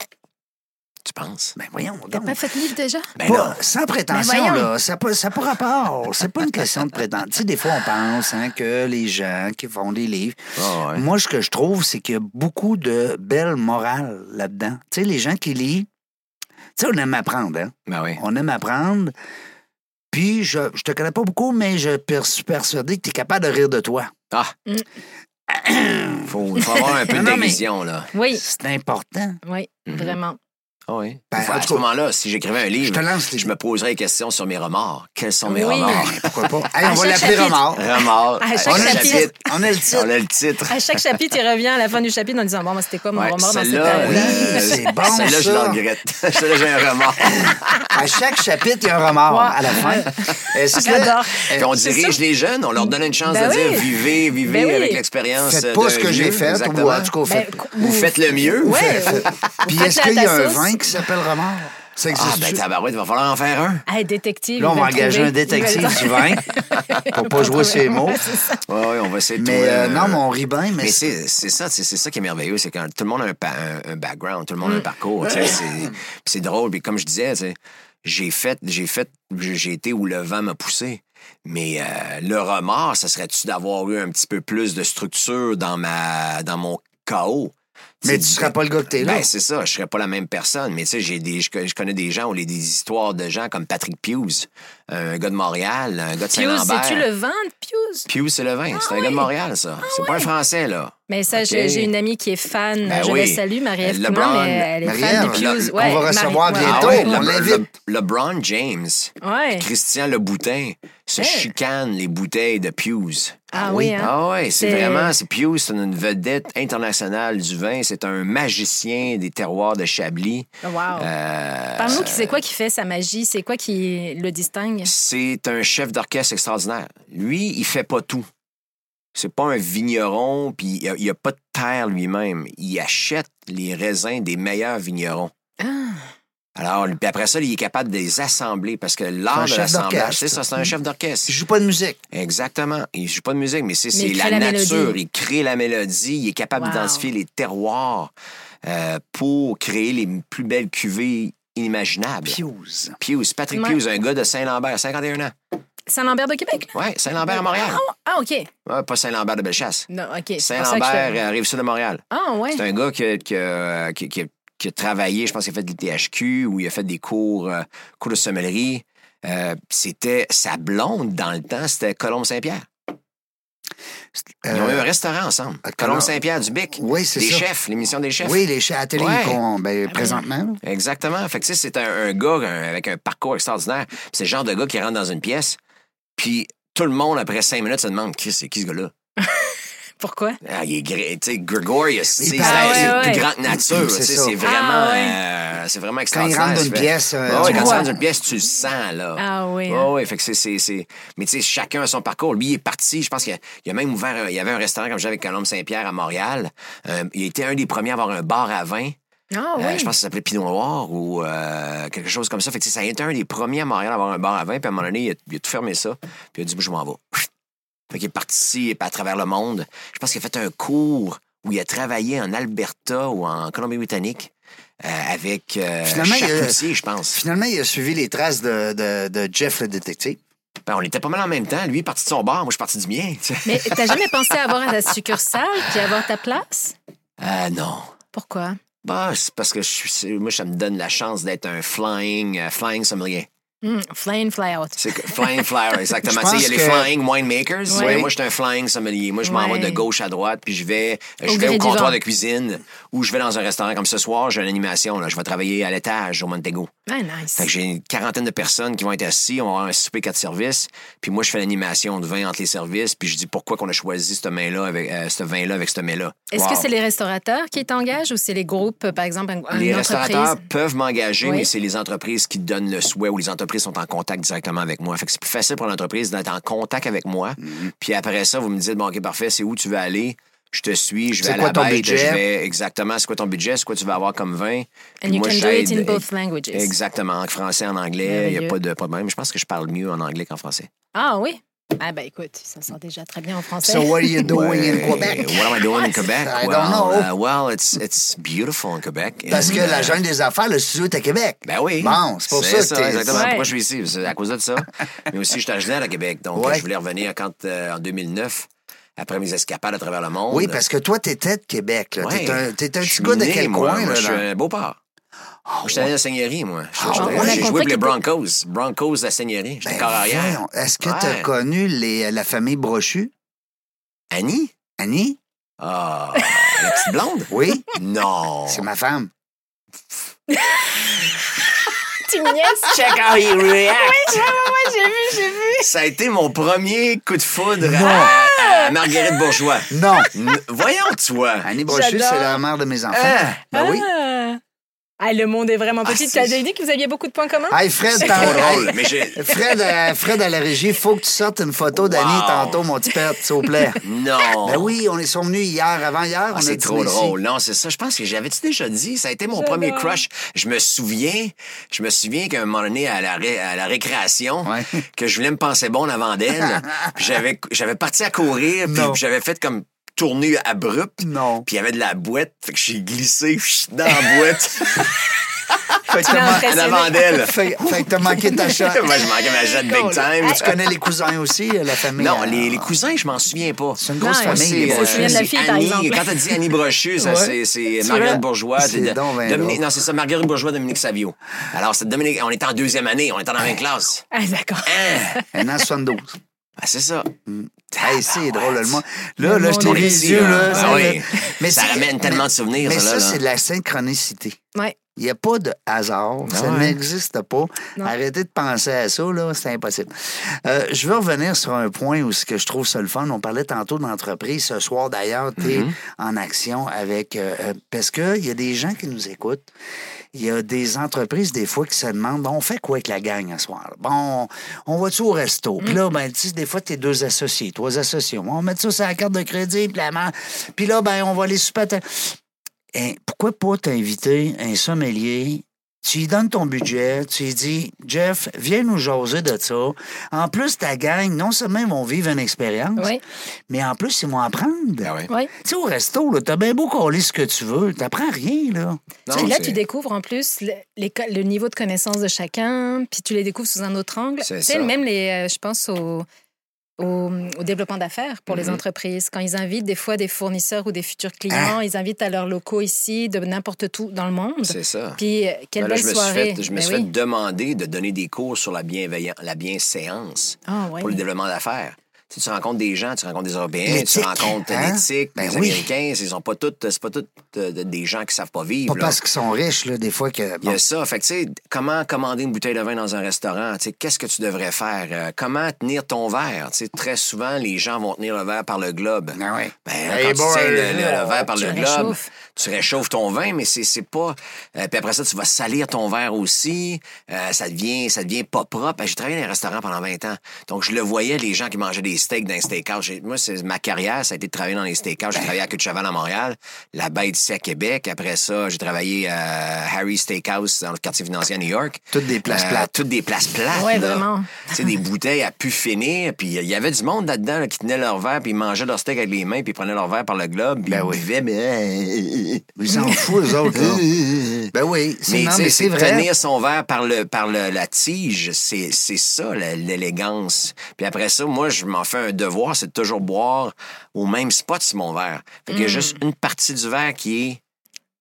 Tu penses? Ben voyons T'as donc. pas fait de livre déjà? Ben Pas- non. sans prétention, Ben voyons. là, ça n'a pas, ça a pas rapport. C'est pas une question de prétention. Tu sais, des fois, on pense hein, que les gens qui font des livres. Ah ouais. Moi, ce que je trouve, c'est qu'il y a beaucoup de belles morales là-dedans. Tu sais, les gens qui lisent. Tu sais, on aime apprendre, hein? Ben oui. On aime apprendre. Puis, je, je te connais pas beaucoup, mais je pers- suis persuadé que tu es capable de rire de toi. Ah! Mm. faut, faut avoir un peu Non, de non, mais- vision, là. Oui, C'est important. oui, Mhm. vraiment. Ah oui. Ben, en à tout ce cas, moment-là, si j'écrivais un Je livre, te lance les je me poserais des questions sur mes remords. Quels sont mes Oui. remords? Pourquoi pas? Hey, on À va chaque l'appeler chapitre. Remords. Remords. À chaque On On a a le le chapitre. titre. On a le titre. On a le titre. À chaque chapitre, il revient à la fin du chapitre en disant Bon, ben, c'était quoi mon Ouais, remords dans cette celle-là, année? euh, C'est bon, Celle-là, je ça. la regrette. celle-là, j'ai un remords. Euh, À chaque chapitre, il y a un remords Ouais. à la fin. Est-ce que- J'adore. Euh, Puis on C'est dirige ça. les jeunes, on leur donne une chance Ben de oui. dire vivez, vivez Ben oui. avec l'expérience. Faites d'un pas ce que j'ai vieux, fait, exactement. ou en tout cas, faites- Ben, cou- Vous faites le mieux. Ouais, Puis faites est-ce la qu'il y a ta un sauce. vin qui s'appelle Remords? Ça Ah, existe-tu? ben, tabarouette, il va falloir en faire un. Hey, détective. Là, on il va le engager trouver. un détective Il va le- du vin pour pas jouer ses mots. Ouais, c'est ça. Oui, oui, on va essayer de Mais trouver euh, un- non, mais on rit bien, mais Mais c'est c'est ça, c'est c'est ça qui est merveilleux, c'est quand tout le monde a un, pa- un- un background, tout le Mm. monde a un parcours, tu sais, c'est- puis c'est drôle. Puis comme je disais, tu sais, j'ai fait, j'ai fait, j'ai j'ai été où le vent m'a poussé. Mais euh, le remords, ça serait-tu d'avoir eu un petit peu plus de structure dans ma, dans mon chaos. mais sais, tu du- seras pas le gars que t'es là. ben, c'est ça, je serais pas la même personne. Mais tu sais, j'ai des, je, co- je connais des gens, on les des histoires de gens comme Patrick Pius, un gars de Montréal, un gars de Pius, Saint-Lambert. c'est-tu le vin de Pius? Pius, c'est le vin. Ah c'est un ouais. gars de Montréal, ça. c'est pas un Français, là. Mais ça, Ok. j'ai- j'ai une amie qui est fan. Ben je oui. la salue, Marie-Ève LeBron, Poulin, mais elle est fan de Marie-Ève, Pius. qu'on va recevoir Marie- bientôt. Ah ouais, on Le- l'invite. Le- LeBron James, Ah Ouais. Christian Leboutin se Hey. chicanent les bouteilles de Pius. Ah oui, hein? Ah ouais, c'est C'est- vraiment, c'est Pius, c'est une vedette internationale du vin, c'est un magicien des terroirs de Chablis. Wow. Euh, Parle-nous, c'est quoi qui fait sa magie? C'est quoi qui le distingue? c'est un chef d'orchestre extraordinaire. Lui, il fait pas tout. C'est pas un vigneron, puis il a- il a, pas de terre lui-même. Il achète les raisins des meilleurs vignerons. Alors, puis après ça, il est capable de les assembler parce que C'est l'art un de chef l'assemblage, d'orchestre. c'est ça, c'est un chef d'orchestre. Je joue pas de musique. Exactement. Il joue pas de musique, mais c'est Mais il c'est crée la, la nature. mélodie. Il crée la mélodie. Il est capable Wow. d'identifier les terroirs euh, pour créer les plus belles cuvées inimaginables. Pius. Pius, Patrick Ouais. Pius, un gars de Saint-Lambert, 51 ans. Saint-Lambert de Québec? là? Oui, Saint-Lambert à Montréal. Ah, OK. Ouais, pas Saint-Lambert de Bellechasse. Non, OK. c'est pour ça que je Saint-Lambert fais- euh, arrive sud de Montréal. Ah, ouais. C'est un gars qui, a- qui a- qui- qui a- qui a travaillé, je pense qu'il a fait des THQ ou il a fait des cours, euh, cours de sommellerie. Euh, c'était sa blonde dans le temps, c'était Colombe Saint-Pierre. Ils ont eu un Euh, restaurant ensemble. à Colombe- Colombe Saint-Pierre du Bic. Oui, c'est Les ça. chefs, l'émission des chefs. Oui, les chefs à la télé, Ouais. qu'on- Ah, ben, présentement. là. Exactement. Fait que tu sais, c'est un, un gars un- avec un parcours extraordinaire. Puis C'est le genre de gars qui rentre dans une pièce, puis tout le monde, après cinq minutes, se demande Chris, c'est qui ce gars-là? Pourquoi? Ah, il est gré- tu sais, Gregorius, c'est c'est- pareil. c'est Ah ouais, une ouais. plus grande nature. C'est tu sais, ça. C'est vraiment, Ah ouais. euh, c'est vraiment Quand ils extraordinaire. rentrent dans ce une fait. pièce, euh, Ah ouais, tu quand tu vois. rentres dans une pièce, tu le sens, là. Ah oui, Ouais, hein. ouais, fait que c'est- c'est. c'est- Mais tu sais, chacun a son parcours. Lui, il est parti. Je pense qu'il a, il a même ouvert. un- Il y avait un restaurant, comme je disais, avec Colombe Saint-Pierre à Montréal. Euh, il était un des premiers à avoir un bar à vin. Ah, Euh, oui. je pense que ça s'appelait Pinot Noir ou euh, quelque chose comme ça. Fait que, tu sais, ça a été un des premiers à Montréal à avoir un bar à vin. Puis à un moment donné, il a, il a tout fermé ça. Puis il a dit, je m'en vais. Fait qu'il est parti à travers le monde. Je pense qu'il a fait un cours où il a travaillé en Alberta ou en Colombie-Britannique euh, avec euh, Finalement, il y a- charcutier, je pense. Finalement, il a suivi les traces de, de- de Jeff le détective. Ben, on était pas mal en même temps. Lui est parti de son bar, moi je suis parti du mien. tu sais. Mais t'as jamais pensé à avoir ta succursale puis avoir ta place? Ah non. Pourquoi? Bah, c'est parce que je suis, c'est- moi, ça me donne la chance d'être un euh, flying, euh, flying sommelier. Hmm, fly in, fly out. C'est que flying flyer, exactement. Je pense Tu sais, Il y a que- les flying winemakers. Ouais. mais Moi, je suis un flying sommelier. Moi, je m'en Ouais. vais de gauche à droite, puis je vais, je Au vais gré au du comptoir vent. de cuisine ou je vais dans un restaurant. Comme ce soir, j'ai une animation. Là. Je vais travailler à l'étage au Montego. Ah, nice. Fait que j'ai une quarantaine de personnes qui vont être assises. On va avoir un souper quatre services. Puis moi, je fais l'animation de vin entre les services. Puis je dis pourquoi qu'on a choisi ce main-là avec euh, ce vin-là avec ce mets-là. Est-ce que Wow. c'est les restaurateurs qui t'engagent ou c'est les groupes, euh, par exemple, un- Les une restaurateurs entreprise? peuvent m'engager, Oui. mais c'est les entreprises qui donnent le souhait ou les entreprises sont en contact directement avec moi. Fait que c'est plus facile pour l'entreprise d'être en contact avec moi. Mhm. Puis après ça, vous me dites, bon, OK, parfait, c'est où tu veux aller? Je te suis, je vais C'est à quoi la ton bête, budget? je vais exactement, c'est quoi ton budget, c'est quoi tu vas avoir comme vin. And you moi, can je do it in t'aide. both languages. Exactement, en français, en anglais, il n'y Merveilleux. a pas de problème. Je pense que je parle mieux en anglais qu'en français. Ah oui? Ah ben écoute, ça sort déjà très bien en français. So what are you doing in Ouais. Quebec? Euh, What am I doing in Quebec? I well, don't know. uh, well, it's, it's beautiful in Quebec. Parce And, que la uh, jungle des affaires, le studio est à Québec. Ben oui. Bon, c'est pour ça, que t'es... exactement. Ouais. Pourquoi je suis ici? C'est à cause de ça. Mais aussi, j'étais originaire à Québec. Donc, Ouais. je voulais revenir quand, euh, en 2009, après mes escapades à travers le monde. Oui, parce que toi, t'étais de Québec. là. ben. Ouais. T'es un, t'es un Je petit suis gars de né, quel moi. coin? Moi, là, je suis dans- Oh, un Beauport. J'étais allé à la Seigneurie, moi. Je- Ah, je- ouais. On a J'ai compris joué pour les qu'il était- Broncos. Broncos de la Seigneurie. J'étais Ben, corps arrière. voyons, Est-ce que t'as Ouais. connu les- euh, la famille Brochu? Annie? Annie? Ah, la petite blonde? Oui, Non. c'est ma femme. Tu me niaises? Check how he react. Ouais, j'ai vu, j'ai vu. Ça a été mon premier coup de foudre à, à Marguerite Bourgeois. Non, N- Voyons, toi. Annie Brochu, J'adore. c'est la mère de mes enfants. Ah. Ben oui. Ah. Ah, le monde est vraiment Ah, petit. c'est- Ah. tu as dit que vous aviez beaucoup de points communs? Hey, Fred, C'est trop t'en- drôle, hey, Euh, mais j'ai... Fred, euh, Fred à la régie, faut que tu sortes une photo d'Annie Wow. tantôt, mon petit père, s'il vous plaît. Non. Ben oui, on est survenus hier, avant-hier. Ah, on a c'est dîné trop ici. drôle. Non, c'est ça. Je pense que j'avais-tu déjà dit? Ça a été mon premier J'adore. crush. Je me souviens, je me souviens qu'à un moment donné, à la, ré- à la récréation, Ouais. que je voulais me penser bon en avant d'elle. Puis j'avais, j'avais parti à courir, puis Non. j'avais fait comme tournée abrupte. Non. Puis il y avait de la boîte, fait que j'ai glissé pfff, dans la boîte Fait que Ah, Tu l'as t'as en impressionné. avant d'elle. man- fait- fait que t'as manqué ta chance. Moi, je manquais ma shot big time. Tu connais les cousins aussi, euh, la famille? Non, euh, les, les cousins, je m'en souviens pas. Ah, C'est une grosse Non, famille, c'est- les c'est- Brochu. souviens de la fille, par euh, Annie, exemple. Quand t'as dit Annie Brochu, ça, Ouais. c'est- c'est C'est vrai. Marguerite Bourgeois. C'est de- donc bien Dominique- drôle. non, c'est ça, Marguerite Bourgeois, Dominique Savio. Alors, c'est Dominique, on était en deuxième année, on était dans la même classe. Ah, d'accord. Hein? Un an 72. Ah, c'est ça. Hey, c'est drôle, le monde. Le Là, là, je monde t'ai On vu est les ici, yeux, là. là. Ah ça, oui. là. Mais Ça c'est- ramène tellement de souvenirs, Mais ça, ça, là, c'est là. de la synchronicité. Ouais. Il n'y a pas de hasard. ça ouais. n'existe pas. Non. Arrêtez de penser à ça, là, c'est impossible. Euh, je veux revenir sur un point où ce que je trouve ça le fun. On parlait tantôt d'entreprise. Ce soir, d'ailleurs, tu Mm-hmm. es en action avec. euh, euh, parce qu'il y a des gens qui nous écoutent. Il y a des entreprises, des fois, qui se demandent bon, on fait quoi avec la gang ce soir? Bon, on va-tu au resto? Puis Mm. là, ben, tu sais, des fois, t'es deux associés, trois associés. On va mettre ça sur la carte de crédit, puis la man- Puis là, ben, on va aller super. Hein, pourquoi pas t'inviter un sommelier? Tu lui donnes ton budget, tu lui dis, Jeff, viens nous jaser de ça. En plus, ta gang, non seulement ils vont vivre une expérience, Oui, mais en plus, ils vont apprendre. Ah ouais. oui. Tu sais, au resto, là, t'as bien beau coller ce que tu veux, t'apprends rien, là. Non, Et là, c'est- tu découvres en plus le, les co- le niveau de connaissance de chacun, puis tu les découvres sous un autre angle. C'est Tu sais, ça. même les, euh, je pense au, au, au développement d'affaires pour les Mhm. entreprises. Quand ils invitent des fois des fournisseurs ou des futurs Ah. clients, ils invitent à leurs locaux ici, de n'importe où dans le monde. C'est ça. Puis, euh, quelle Ben là, belle je me suis soirée. fait, je me Ben suis oui. fait demander de donner des cours sur la, bienveillan- la bienséance. Ah, ouais. pour le développement d'affaires. Tu, sais, tu rencontres des gens, tu rencontres des Européens, tu L'éthique, rencontres hein? l'éthique, Ben les oui. Américains, ils sont pas tous, c'est pas tous euh, de- des gens qui savent pas Pas vivre. là. parce qu'ils sont riches, là, des fois que. Il bon, y a ça. Fait que, tu sais, comment commander une bouteille de vin dans un restaurant? Tu sais, qu'est-ce que tu devrais faire? Euh, comment tenir ton verre? Tu sais, très souvent, les gens vont tenir le verre par le globe. ah ouais. Ben, Hey quand boy! tu tiens le, le- le verre par Tu le le globe, réchauffes. tu réchauffes ton vin, mais c'est c'est pas... euh, puis après ça, tu vas salir ton verre aussi. Euh, ça devient ça devient pas propre. Ben, J'ai travaillé dans un restaurant pendant 20 ans. Donc, je le voyais, les gens qui mangeaient des steaks dans les steakhouse. J'ai- Moi, c'est ma carrière, ça a été de travailler dans les steakhouse. J'ai travaillé à Queue de Cheval à Montréal, la Baie d'ici à Québec. Après ça, j'ai travaillé à Harry Steakhouse dans le quartier financier à New York. Euh, Toutes des places plates. Toutes des places plates. Ouais, là. vraiment. Tu sais, des bouteilles à pu finir. Puis il y avait du monde là-dedans là, qui tenait leur verre, puis ils mangeaient leur steak avec les mains, puis ils prenaient leur verre par le globe, puis Ben ils oui. buvaient, mais. Ils s'en foutent, eux autres, eh, là. ben oui, Mais c'est tu non, sais, mais c'est c'est vrai. tenir son verre par, le, par le- la tige, c'est c'est ça la- l'élégance. Puis après ça, moi, je m'en fais un devoir, c'est de Hmm. toujours boire au même spot sur mon verre. Fait qu'il y a juste une partie du verre qui est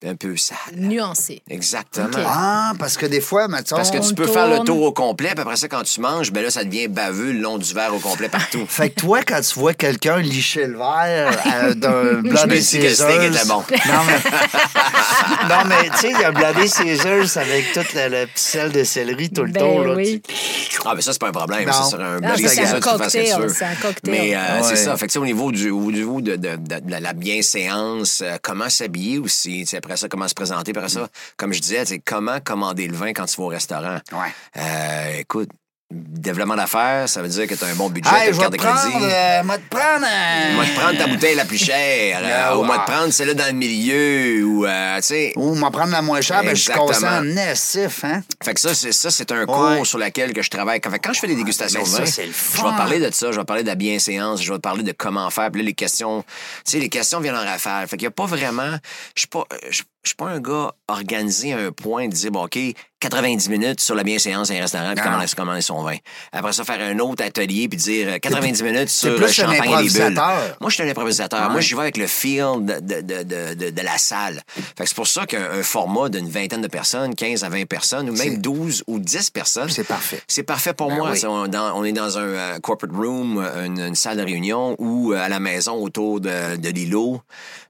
un peu sale. Nuancé. Exactement. Ok. Ah, parce que des fois, mettons. Parce que On tu le peux faire le tourne. tour au complet, puis après ça, quand tu manges, ben là, ça devient baveux le long du verre au complet partout. Fait que toi, quand tu vois quelqu'un licher le verre euh, d'un me blindé dis que le Caesars... steak était bon. Non, mais, non, mais tu sais, il y a un blindé Caesars avec toute la, la petite sel de céleri tout le Ben tour. Là, oui. tu- Ah, ben ça, c'est pas un problème. Non. Ça, c'est un Ah, bel c'est ça, un tu fais ce Ben, que tu cocktail, veux. c'est un cocktail. Mais euh, Ouais. c'est ça. Fait que, tu sais, au niveau du, au niveau de, de- de- de la- la bienséance, euh, comment s'habiller aussi, tu sais, après ça, comment se présenter, après ça, comme je disais, tu sais, comment commander le vin quand tu vas au restaurant. Ouais. Euh, écoute, développement d'affaires, ça veut dire que tu as un bon budget, t'as Hey, une je vais te carte de crédit. prendre... euh, moi, te prendre... euh, Moi, de prendre ta bouteille la plus chère, euh, Ah, au moins wow. de prendre celle-là dans le milieu, ou, euh, tu sais. Ou m'en prendre la moins chère, ben, je suis Exactement. conscient nestif, hein? Fait que ça, c'est ça, c'est un cours Ouais. sur lequel que je travaille. Fait que quand je fais des dégustations Mais de ça, vin, c'est le je fun. vais parler de ça, je vais parler de la bienséance, je vais parler de comment faire. Puis là, les questions, tu sais, les questions viennent en rafale. Fait qu'il n'y a pas vraiment, je suis pas, euh, je je suis pas un gars organisé à un point de dire, bon, OK, 90 minutes sur la bienséance d'un restaurant, puis Non. comment est-ce qu'on commande son vin. Après ça, faire un autre atelier, puis dire euh, 90 minutes sur plus le un champagne et les bulles. improvisateur. Moi, je suis un improvisateur. Moi, j'y vais avec le feel de, de- de- de- de- de la salle. Fait que c'est pour ça qu'un un format d'une vingtaine de personnes, 15 à 20 personnes, ou C'est- même 12 ou 10 personnes. C'est parfait. C'est parfait pour moi. oui. On, dans- on est dans un euh, corporate room, euh, une, une salle de réunion ou euh, à la maison autour de, de l'îlot.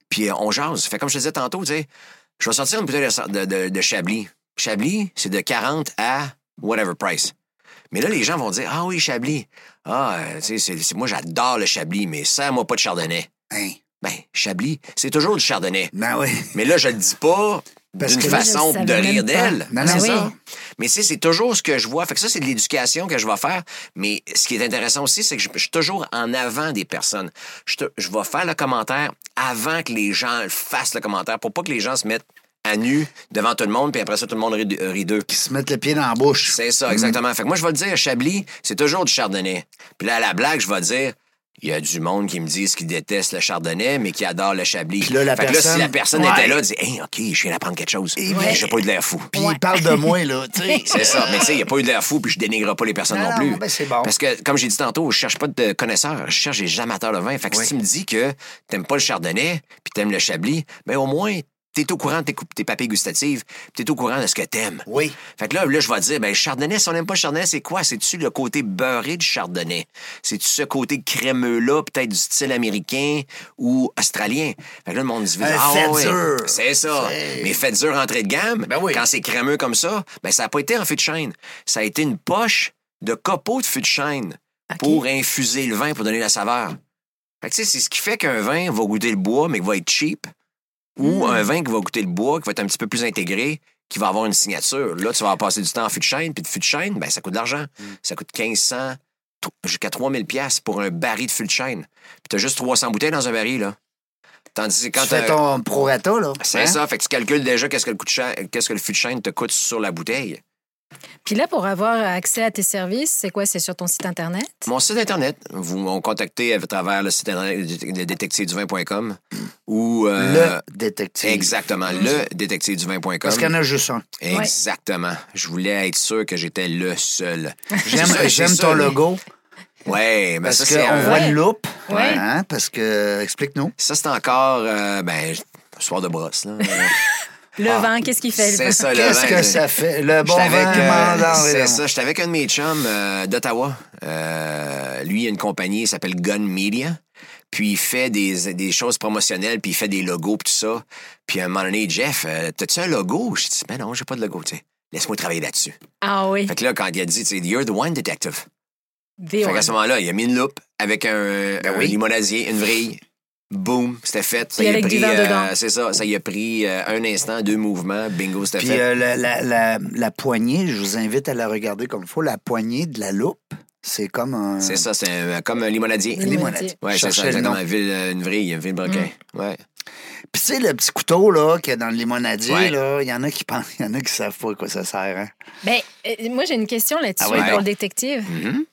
Puis euh, on jase. Fait comme je te disais tantôt, tu sais, je vais sortir une bouteille de, de- de- de Chablis. Chablis, c'est de 40 à whatever price. Mais là, les gens vont dire Ah oui, Chablis. Ah, euh, tu sais, c'est- c'est- moi, j'adore le Chablis, mais serre-moi pas de Chardonnay. Hein? Ben, Chablis, c'est toujours du Chardonnay. Ben oui. Mais là, je le dis pas Parce d'une que là, je façon savais de même rire pas. d'elle. Non, C'est non, ça. oui. Mais tu sais, c'est toujours ce que je vois. Fait que ça, c'est de l'éducation que je vais faire. Mais ce qui est intéressant aussi, c'est que je, je suis toujours en avant des personnes. Je, te- je vais faire le commentaire avant que les gens fassent le commentaire pour pas que les gens se mettent à nu devant tout le monde, puis après ça, tout le monde rit, de- rit d'eux. Qui se mettent le pied dans la bouche. C'est ça, exactement. Fait que moi, je vais le dire, Chablis, c'est toujours du chardonnay. Puis là, à la blague, je vais dire, il y a du monde qui me disent qu'ils détestent le chardonnay, mais qui adore le Chablis. Puis là, la fait que là, si personne- la personne Ouais. Eh était là, elle dit, hey, OK, je viens d'apprendre quelque chose. Et Mais puis- J'ai pas eu de l'air fou. Puis il parle de moi, là, tu sais. C'est ça. Mais tu sais, il n'y a pas eu de l'air fou, puis je dénigre pas les personnes Non, non, non, plus. ben, c'est bon. Parce que, comme j'ai dit tantôt, je cherche pas de connaisseurs, je cherche des amateurs de vin. Fait que si tu me dis que t'aimes pas le chardonnay, puis t'aimes le chablis, mais au moins, t'es au courant de tes, cou- tes papilles gustatives, puis t'es au courant de ce que t'aimes. Oui. Fait que là, là je vais dire, ben, le chardonnay, si on n'aime pas le chardonnay, c'est quoi? C'est-tu le côté beurré du chardonnay? C'est-tu ce côté crémeux-là, peut-être du style américain ou australien? Fait que là, le monde dit, Un ah fait ouais, Ben, dur. c'est ça. C'est- Mais fait dur entrée de gamme, Ben oui. quand c'est crémeux comme ça, ben, ça n'a pas été en fût de chêne. Ça a été une poche de copeaux de fût de chêne Ok. pour infuser le vin, pour donner la saveur. Fait que, tu sais, c'est ce qui fait qu'un vin va goûter le bois, mais qui va être cheap, ou Hmm. un vin qui va goûter le bois, qui va être un petit peu plus intégré, qui va avoir une signature. Là, tu vas passer du temps en fût de chêne, puis de fût de chêne, ben, ça coûte de l'argent. Hmm. Ça coûte 1500 tr- jusqu'à 3000 pièces pour un baril de fût de chêne. Puis t'as juste 300 bouteilles dans un baril, là. Tandis que quand tu fais t'as- ton prorata, là. C'est Hein? ça, fait que tu calcules déjà qu'est-ce que le, coût de chêne- qu'est-ce que le fût de chêne te coûte sur la bouteille. Puis là, pour avoir accès à tes services, c'est quoi? C'est sur ton site Internet? Mon site Internet, vous m'ont contacté à travers le site Internet de détectiveduvin.com ou... euh, Le détective. Exactement, le détectiveduvin.com. Parce qu'il y en a juste un. Exactement. Je voulais être sûr que j'étais le seul. J'aime C'est ça, c'est j'aime ça, ton oui. logo. Ouais, mais Parce ça, c'est qu'on un- voit Ouais. une loupe. Ouais. Hein, parce que, explique-nous. ça, c'est encore, euh, ben, soir de brosse, là. Le vent, qu'est-ce qu'il fait? le vent? Ah, c'est ça, le Qu'est-ce vin, que là. ben, euh, ça fait? Le bon J'étais avec, vin, euh, mandat, c'est évidemment. ça, j'étais avec un de mes chums euh, d'Ottawa. Euh, lui, il a une compagnie, il s'appelle Gun Media. Puis il fait des, des choses promotionnelles, puis il fait des logos, puis tout ça. Puis à un moment donné, Jeff, euh, t'as-tu un logo? Je dis, ben non, j'ai pas de logo, tu sais. Laisse-moi travailler là-dessus. Ah oui. Fait que là, quand il a dit, tu sais, You're the one detective. Des Fait ouais. Ben qu'à ce moment-là, il a mis une loupe avec un, un limonadier, une vrille. Boum, c'était fait. Ça Puis y a avec du pris, euh, vin dedans. C'est ça, ça y a pris euh, un instant, deux mouvements, bingo, c'était Puis fait. euh, la, la, la, la poignée, je vous invite à la regarder comme il faut. La poignée de la loupe, c'est comme un. c'est ça, c'est un- comme un limonadier. Limonadier. Ouais, c'est ça, Cherchez le exactement. nom. Une ville, euh, une vrille, une ville broquin. Mm. Ouais. Puis tu sais, le petit couteau là, qu'il y a dans le limonadier, Ouais. là, il y en a qui pensent, il y en a qui savent pas à quoi ça sert. Hein? Ben, euh, moi, j'ai une question là-dessus Ah ouais, pour donc. le détective. Mm-hmm. Mhm.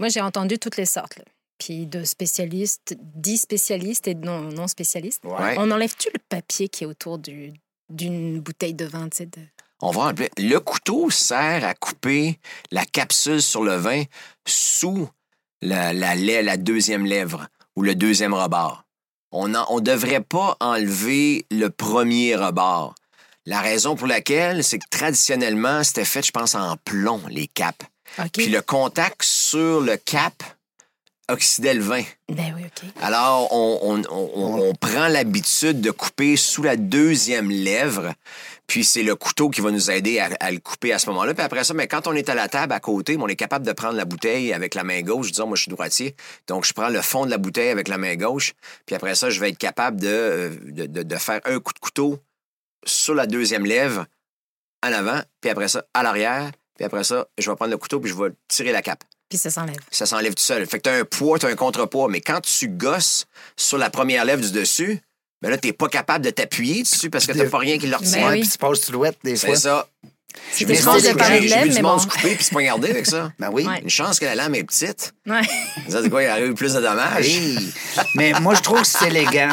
Moi, j'ai entendu toutes les sortes. là. Puis de spécialistes, dix spécialistes et non, non spécialistes. Ouais. On enlève-tu le papier qui est autour du- d'une bouteille de vin, tu sais? de- On va en plus- Le couteau sert à couper la capsule sur le vin sous la, la, la- la deuxième lèvre ou le deuxième rebord. On ne devrait pas enlever le premier rebord. La raison pour laquelle, c'est que traditionnellement, c'était fait, je pense, en plomb, les capes. OK. Puis le contact sur le cap oxydait le vin. Ben oui, OK. Alors, on, on- on- on- on prend l'habitude de couper sous la deuxième lèvre, puis c'est le couteau qui va nous aider à, à le couper à ce moment-là. Puis après ça, mais quand on est à la table à côté, on est capable de prendre la bouteille avec la main gauche. Disons, moi, je suis droitier, donc je prends le fond de la bouteille avec la main gauche, puis après ça, je vais être capable de, euh, de, de- de faire un coup de couteau sur la deuxième lèvre, en avant, puis après ça, à l'arrière, puis après ça, je vais prendre le couteau, puis je vais tirer la cape Puis ça s'enlève. ça s'enlève tout seul. Fait que t'as un poids, t'as un contrepoids. Mais quand tu gosses sur la première lèvre du dessus, ben là, t'es pas capable de t'appuyer dessus parce que t'as pas rien qui le retient. Ben Ouais, oui. puis tu passes tu l'ouette des C'est fois. ça. C'est J'ai des vu choses du de monde- parler de j'ai vu lèvres, du mais monde bon. se couper puis se poignarder avec ça. Ben oui. Ouais. Une chance que la lame est petite. Ouais. Ça, c'est quoi, il arrive plus de dommages. Hey. Mais moi, je trouve que c'est élégant.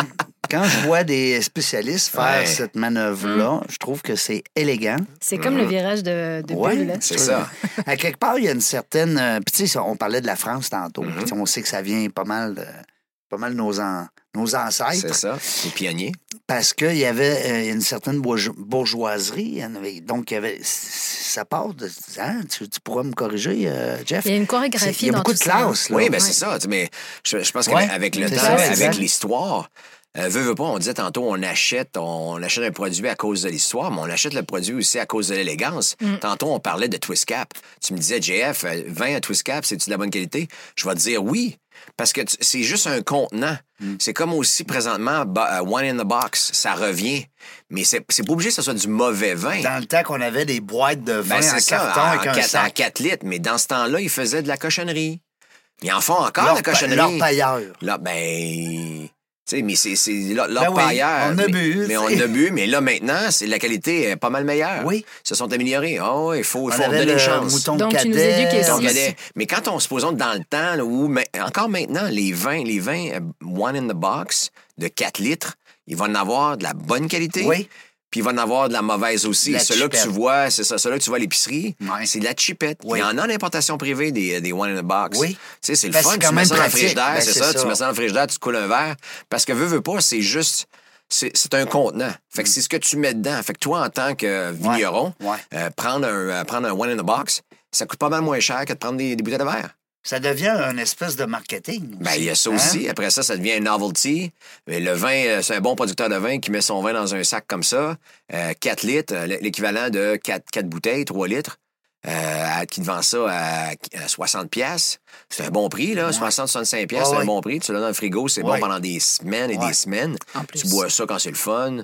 Quand je vois des spécialistes faire Ouais. Mm. cette manœuvre-là, je trouve que c'est élégant. C'est comme le virage de, de Ouais, Bulle, là. C'est ça. À quelque part, il y a une certaine. euh, Puis, tu sais, on parlait de la France tantôt. Mm-hmm. Puis, tu sais, On sait que ça vient pas mal de, pas mal de nos, an- nos C'est ancêtres. ça. Les pionniers. Parce qu'il y avait euh, une certaine bourge- bourgeoiserie. il y en avait- donc, il y avait, ça part de. hein, tu, tu pourras me corriger, euh, Jeff. Il y a une C'est- chorégraphie il y a dans beaucoup tout de ça. classe, là. Oui, ben Ouais. c'est ça. Tu sais, Mais je, je pense Ouais, qu'avec le c'est temps, ça, avec exact. l'histoire, euh, veux, veux pas, on disait tantôt, on achète, on achète un produit à cause de l'histoire, mais on achète le produit aussi à cause de l'élégance. Tantôt, on parlait de Twist Cap. Tu me disais, JF, euh, 20 à Twist Cap, c'est-tu de la bonne qualité? Je vais te dire oui. Parce que tu- c'est juste un contenant. Mm. C'est comme aussi présentement bo- euh, One in the Box. Ça revient. Mais c'est c'est pas obligé que ce soit du mauvais vin. Dans le temps qu'on avait des boîtes de vin Ben, en c'est ça, carton en- avec en un quatre- en sac. 4 litres. Mais dans ce temps-là, ils faisaient de la cochonnerie. Ils en font encore de Leur la pa- cochonnerie. Euh, leur pailleur. Là, ben. Tu sais, mais c'est c'est leur, leur Ben oui, pailleur. on a mais- bu, Mais tu on sais. a bu, mais là, maintenant, c'est la qualité est pas mal meilleure. Oui. Ils se sont améliorés. Oh, il faut, il On faut leur avait donner une le chance. mouton Donc, tu nous cadet. éduques ici. Donc, Si, elle est- Mais quand on, supposons, dans le temps, là, ou ma- encore maintenant, les vins, les vins euh, one in the box de 4 litres, ils vont en avoir de la bonne qualité. Oui. Puis ils vont en avoir de la mauvaise aussi. La Ceux-là que tu chipette. vois, c'est ça. Ceux-là que tu vois à l'épicerie, Ouais. c'est de la chipette. Oui. Il y en a en importation privée des, des one in the box. Oui. Tu sais, c'est le Ben, fun. c'est Tu quand mets même ça dans le pratique. frigidaire, Ben, c'est c'est ça. ça. Tu mets ça dans le frigidaire, tu te coules un verre. Parce que veux, veux pas, c'est juste. C'est c'est un contenant. Fait Mm. que c'est ce que tu mets dedans. Fait que toi, en tant que vigneron, Ouais. euh, prendre, un, euh, prendre un one in the box, ça coûte pas mal moins cher que de prendre des, des bouteilles de verre. Ça devient un espèce de marketing. Ben, il y a ça Hein? aussi. Après ça, ça devient un novelty. Mais le vin, euh, c'est un bon producteur de vin qui met son vin dans un sac comme ça, euh, 4 litres, euh, l'équivalent de 4, bouteilles, 3 litres, euh, à- qui te vend ça à, à 60 pièces. C'est un bon prix, là. 60-65 pièces, Ouais, c'est ouais. un bon prix. Tu l'as dans le frigo, c'est Ouais. bon pendant des semaines et Ouais. des semaines. En plus. Tu bois ça quand c'est le fun.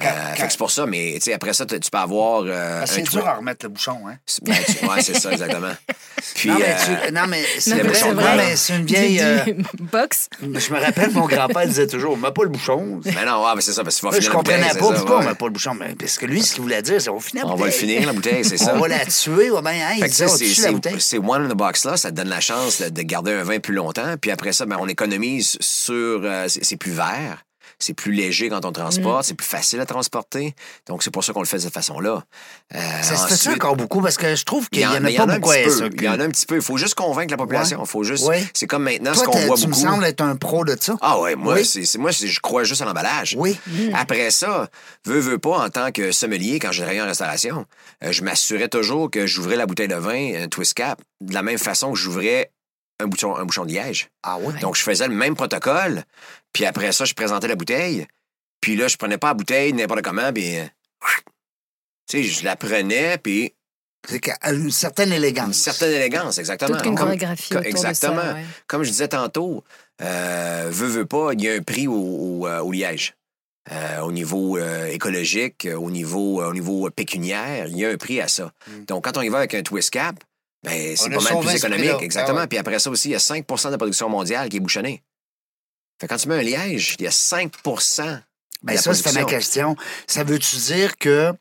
Euh, Quand- fait que c'est pour ça, mais tu sais, après ça, tu tu peux avoir euh, Parce que un C'est twi- dur à remettre le bouchon, hein? C'est- ben, tu- ouais, c'est ça, exactement. Puis, non, mais, euh, tu- non, mais c'est Non, mais vrai, c'est non, vrai. mais c'est une Du- vieille. euh, du box. je me rappelle, mon grand-père disait toujours, mets pas le bouchon. mais non, ouais, mais c'est ça, parce qu'il va Moi, je finir la bouteille, comprenais pas c'est ça, pourquoi ouais. on met pas le bouchon. Mais, parce que lui, ce qu'il voulait dire, c'est on finit la On va le bouteille. finir, la bouteille, c'est ça. On va la tuer. Ouais, ben, hein, il Fait que, tu disait, sais, on c'est- tue la c'est- bouteille. c'est one in the box là, ça te donne la chance de, de garder un vin plus longtemps. Puis après ça, ben, on économise sur. euh, c'est c'est plus vert, c'est plus léger quand on Mm. transporte, c'est plus facile à transporter. Donc c'est pour ça qu'on le fait de cette façon-là. Euh, Ça se fait ensuite, ça encore beaucoup parce que je trouve qu'il y en mais a pas un beaucoup petit à peu. ça. Il y en a un petit peu. Il faut juste convaincre la population. Ouais. Faut juste. Ouais. C'est comme maintenant ce Toi, qu'on t'es- voit tu me beaucoup. sembles être un pro de ça. Ah ouais, moi, Oui. c'est c'est- moi c'est- je crois juste à l'emballage. Oui. Mm. Après ça, veux, veux pas, en tant que sommelier, quand j'ai travaillé en restauration, euh, je m'assurais toujours que j'ouvrais la bouteille de vin, un twist cap, de la même façon que j'ouvrais un bouchon, un bouchon de liège. Ah oui? Donc, je faisais le même protocole, puis après ça, je présentais la bouteille, puis là, je prenais pas la bouteille n'importe comment, puis... euh, Tu sais, je la prenais, puis C'est qu'à- à une certaine une élégance. certaine élégance, exactement. Toute une Comme- chorégraphie co- autour de ça, Exactement. ouais. Comme je disais tantôt, euh, veux, veux pas, il y a un prix au, au, euh, au liège. Euh, au niveau euh, écologique, euh, au niveau, euh, au niveau pécuniaire, il y a un prix à ça. Donc, quand on y va avec un twist cap, ben, Mm. On a c'est pas mal sauvé plus ce prix-là. économique. Exactement. Ah ouais. Puis après ça aussi, il y a 5 de la production mondiale qui est bouchonnée. Fait que quand tu mets un liège, il y a 5 de Ben la ça, c'était ma production. question. Ça veut-tu dire que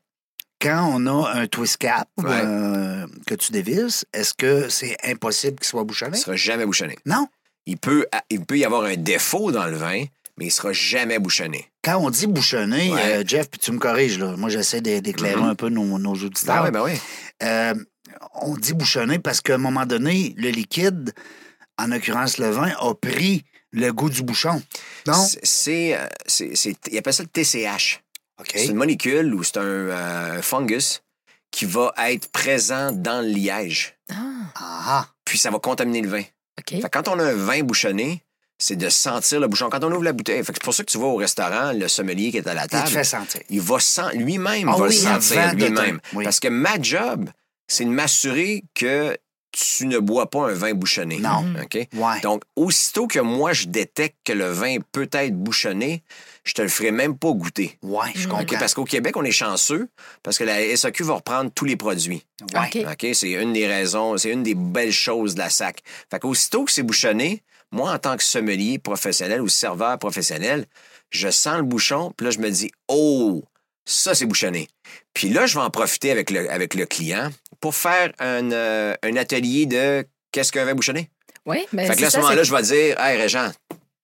quand on a un twist cap Ouais. euh, que tu dévisses, est-ce que c'est impossible qu'il soit Il bouchonné? sera jamais bouchonné. Non. Il peut, il peut y avoir un défaut dans le vin, mais il sera jamais bouchonné. Quand on dit bouchonné, Ouais. euh, Jeff, puis tu me corriges, là. moi j'essaie d'é- d'éclairer un peu nos, nos auditeurs. Ah oui, ben oui. Euh, on dit bouchonné parce qu'à un moment donné, le liquide, en l'occurrence le vin, a pris le goût du bouchon. Non? C'est- C'est. euh, c'est- c'est- Il appelle ça le TCH. OK. C'est une molécule ou c'est un euh, fungus qui va être présent dans le liège. Ah, Ah, Puis ça va contaminer le vin. OK. Fait que quand on a un vin bouchonné, c'est de sentir le bouchon. Quand on ouvre la bouteille, fait que c'est pour ça que tu vas au restaurant, le sommelier qui est à la il table, te fait sentir. il va sen- lui-même Ah va oui, le sentir avant de lui-même. te- oui. Parce que ma job, c'est de m'assurer que tu ne bois pas un vin bouchonné. Non. OK? Ouais. Donc, aussitôt que moi, je détecte que le vin peut être bouchonné, je te le ferai même pas goûter. ouais, je Mm. comprends. OK? Parce qu'au Québec, on est chanceux parce que la SAQ va reprendre tous les produits. Ouais. OK. OK? C'est une des raisons, c'est une des belles choses de la SAC. Fait qu'aussitôt que c'est bouchonné, moi, en tant que sommelier professionnel ou serveur professionnel, je sens le bouchon, puis là, je me dis, oh, ça, c'est bouchonné. Puis là, je vais en profiter avec le, avec le client pour faire un, euh, un atelier de qu'est-ce qu'un vin bouchonné? Oui, mais fait que là, à ce ben ça, moment-là, je vais dire, hey, Régent,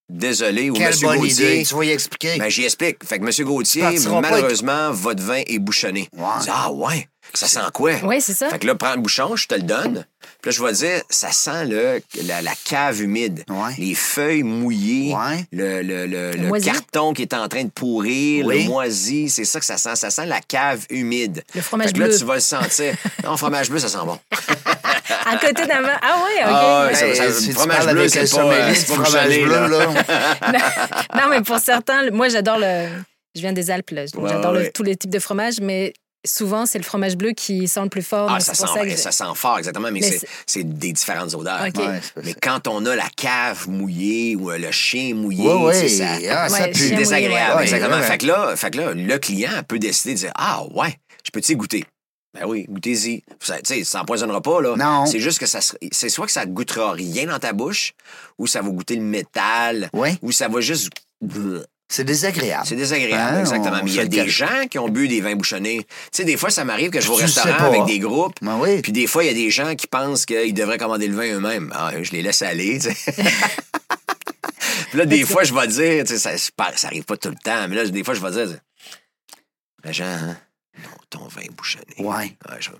désolé, ou Quelle Monsieur bonne Gauthier. idée. Tu vas y expliquer. Ben, j'y explique. Fait que Monsieur Gauthier, Partira pas malheureusement, votre vin est bouchonné. Ouais. Je dis, ah, ouais, ça sent quoi? Oui, c'est ça. Fait que là, prends le bouchon, je te le donne. Puis là, je vais dire, ça sent le, la, la cave humide. Ouais. Les feuilles mouillées. Ouais. Le, le- le- le moisi. carton qui est en train de pourrir, Oui. le moisi, c'est ça que ça sent. Ça sent la cave humide. Le fromage Fait que là, bleu. tu vas le sentir. non, fromage bleu, ça sent bon. À côté d'un vin. Ah ouais, OK. Ah ouais, Ouais. ça- Hey, ça- si tu fromage parles bleu, avec c'est un pas, euh, sommelier c'est de pas fromage bouchonné, bleu, là. non, mais pour certains, le- moi j'adore le. Je viens des Alpes, là. Ouais, j'adore le- ouais. tous les types de fromages, mais souvent c'est le fromage bleu qui sent le plus fort. Ah, donc ça c'est sent, pour ça que je- ça sent fort, exactement, mais, Mais c'est- c'est- c'est des différentes odeurs. Ok. Ouais, c'est pas Mais ça. quand on a la cave mouillée ou euh, le chien mouillé, Ouais, ouais, tu sais, ça, ah, ça Ouais, pue. c'est chien désagréable. mouillé, ouais. exactement. Ouais, ouais. Fait, que là, fait que là, le client peut décider de dire Ah, ouais, je peux-tu y goûter? Ben oui, goûtez-y. Ça, tu sais, ça empoisonnera pas, là. Non. C'est juste que ça se- c'est soit que ça goûtera rien dans ta bouche, ou ça va goûter le métal, Ouais. ou ça va juste. C'est désagréable. C'est désagréable, Ouais, exactement. on Mais il y se a Ben le des cache. gens qui ont bu des vins bouchonnés. Tu sais, des fois, ça m'arrive que je vais au Tu le sais restaurant pas, avec hein. des groupes, Ben oui. puis des fois, il y a des gens qui pensent qu'ils devraient commander le vin eux-mêmes. Ah, je les laisse aller, tu sais. Puis là, des fois, je vais dire, tu sais, ça, c'est pas- ça arrive pas tout le temps, mais là, des fois, je vais dire, Régent, hein? non, ton vin est bouchonné. Ah, Ouais. je- Puis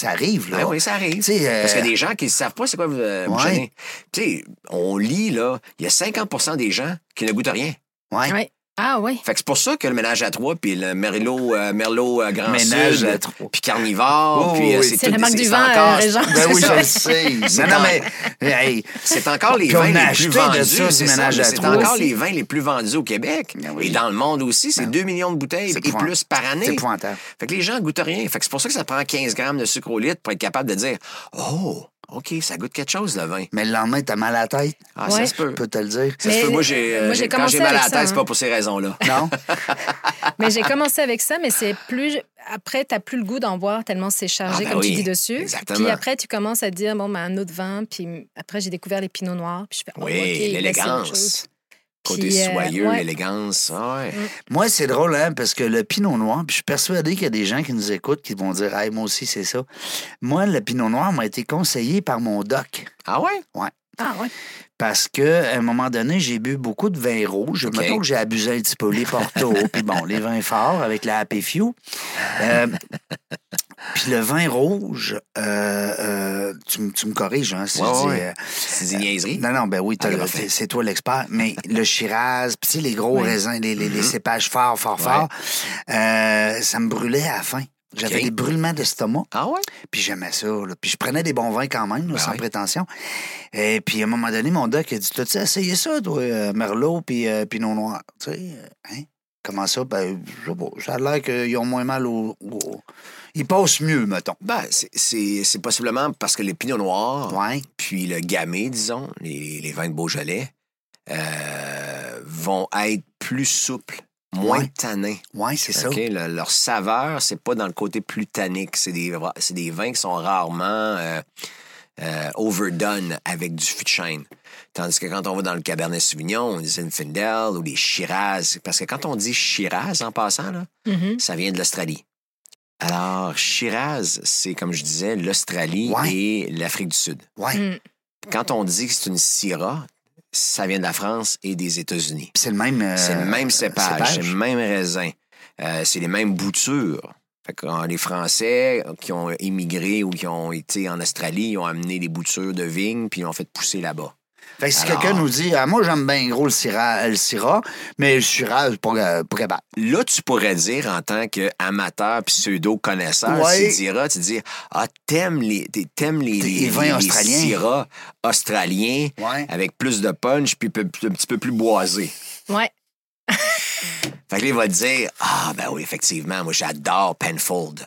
ça arrive, là. Ah oui, ça arrive. Tu sais, euh, Parce qu'il y a des gens qui ne savent pas c'est quoi euh, Ouais. bouchonner. Tu sais, on lit, là, il y a 50 des gens qui ne goûtent rien. Ouais. Ouais. Ah ouais. Fait que c'est pour ça que le ménage à trois, puis le Merlot, euh, Merlot euh, Grand Ménage Sud, à trois. puis Carnivore, Oh, puis euh, oui. c'est C'est tout- la marque du c'est vin, encore- euh, Régent. Ben oui, C'est je ça. le sais. Non, non, mais. hey, C'est encore les Puis on a vins les plus acheté de vendus. ça, du C'est ça, ménage mais à c'est trois. encore Aussi. les vins les plus vendus au Québec. Ben oui. Ben Et dans le monde aussi, c'est 2 millions de bouteilles C'est et plus par C'est année. épouvantable. Fait que les gens goûtent rien. Fait que c'est pour ça que ça prend 15 grammes de sucre au litre pour être capable de dire Oh, OK, ça goûte quelque chose, le vin. Mais le lendemain, t'as mal à la tête, Ah, Ouais. ça se peut. je peux te le dire. Ça se Mais- peut. Moi, j'ai, euh, moi, j'ai- j'ai quand commencé j'ai mal à la avec ça, tête, c'est hein. pas pour ces raisons-là. Non? Mais j'ai commencé avec ça, mais c'est plus. Après, t'as plus le goût d'en boire tellement c'est chargé, Ah, ben comme oui, tu dis dessus. exactement. Puis après, tu commences à te dire, bon, ben, un autre vin. Puis m- après, j'ai découvert les pinots noirs. Puis je fais, oh, Oui, ok, là, c'est autre chose. l'élégance. Côté Puis, euh, soyeux, ouais. l'élégance. Ah ouais. Moi, c'est drôle, hein, parce que le pinot noir, puis je suis persuadé qu'il y a des gens qui nous écoutent qui vont dire, hey, moi aussi, c'est ça. Moi, le pinot noir m'a été conseillé par mon doc. Ah ouais? Ah ouais. Parce que à un moment donné, j'ai bu beaucoup de vins rouges. OK. Mettons que j'ai abusé un petit peu les Porto, puis bon, les vins forts avec la Happy Few. Euh, puis le vin rouge, euh, euh, tu, me- tu me corriges, hein, si Ouais, je dis, ouais. euh, C'est des niaiseries. non, non, ben oui, t'as Ok, le- parfait. c'est toi l'expert. Mais le Shiraz, puis tu sais, les gros Ouais. raisins, les, les- Mm-hmm. les cépages forts, forts, forts, euh, ça me brûlait à la fin. J'avais Ok. des brûlements d'estomac, Ah ouais? puis j'aimais ça. là. Puis je prenais des bons vins quand même, là, Ben sans oui. prétention. Et puis à un moment donné, mon doc a dit T'as-tu essayé ça, toi, euh, Merlot, puis euh, Pinot Noir Tu sais, euh, hein? Comment ça Ben, je sais pas. Ça a l'air qu'ils ont moins mal au. au- Ils passent mieux, mettons. Ben, c'est- c'est c'est possiblement parce que les pinots noirs, Ouais. puis le gamay, disons, les, les vins de Beaujolais, euh, vont être plus souples, moins Ouais. tannins. Ouais, c'est ça. OK? Le- leur saveur, c'est pas dans le côté plus tannique. C'est des, ra- c'est des vins qui sont rarement euh, euh, overdone avec du fût de chêne. Tandis que quand on va dans le Cabernet Sauvignon, les Infidel ou les Shiraz, parce que quand on dit Shiraz en passant, là, Mhm. ça vient de l'Australie. Alors, Shiraz, c'est comme je disais, l'Australie Ouais. et l'Afrique du Sud. Ouais. Mm. Quand on dit que c'est une Syrah, ça vient de la France et des États-Unis. Puis C'est le même. euh, C'est le même cépage, cépage. c'est le même raisin, euh, c'est les mêmes boutures. Fait que, euh, les Français qui ont immigré ou qui ont été en Australie, ils ont amené des boutures de vignes puis ils ont fait pousser là-bas. Fait que si Alors- quelqu'un nous dit, ah, moi, j'aime bien gros le syrah, le syrah, mais le syrah, c'est pas, euh, pas capable. Là, tu pourrais dire en tant qu'amateur puis pseudo-connaisseur, Ouais. tu diras, tu dis Ah, t'aimes les, t'es- t'aimes les, Les vins australiens. syrahs australiens Ouais. avec plus de punch puis peu- un petit peu plus boisé. Ouais. Fait que là, il va te dire Ah, ben oui, effectivement, moi, j'adore Penfold.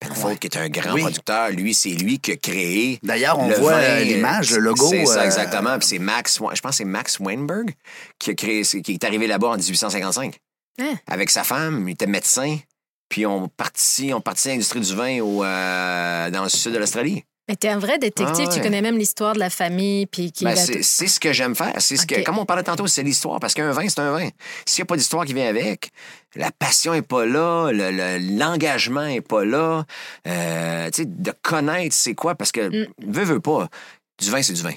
Penfold, qui est un grand Oui. producteur, lui, c'est lui qui a créé. D'ailleurs, on le voit vin, euh, l'image, le logo. C'est ça, euh, exactement. Puis c'est Max, Wa- je pense que c'est Max Weinberg qui, a créé, qui est arrivé là-bas en 1855 Hein? avec sa femme. Il était médecin. Puis on partit, on partit à l'industrie du vin au, euh, dans le sud de l'Australie. Mais t'es un vrai détective, Ah ouais. tu connais même l'histoire de la famille, puis qui Ben, la- c'est c'est ce que j'aime faire. C'est ce que, Ok. comme on parlait tantôt, c'est l'histoire. Parce qu'un vin, c'est un vin. S'il n'y a pas d'histoire qui vient avec, la passion n'est pas là, le- le- l'engagement n'est pas là. Euh, tu sais, de connaître c'est quoi, parce que, Mm. veux, veux pas, du vin, c'est du vin.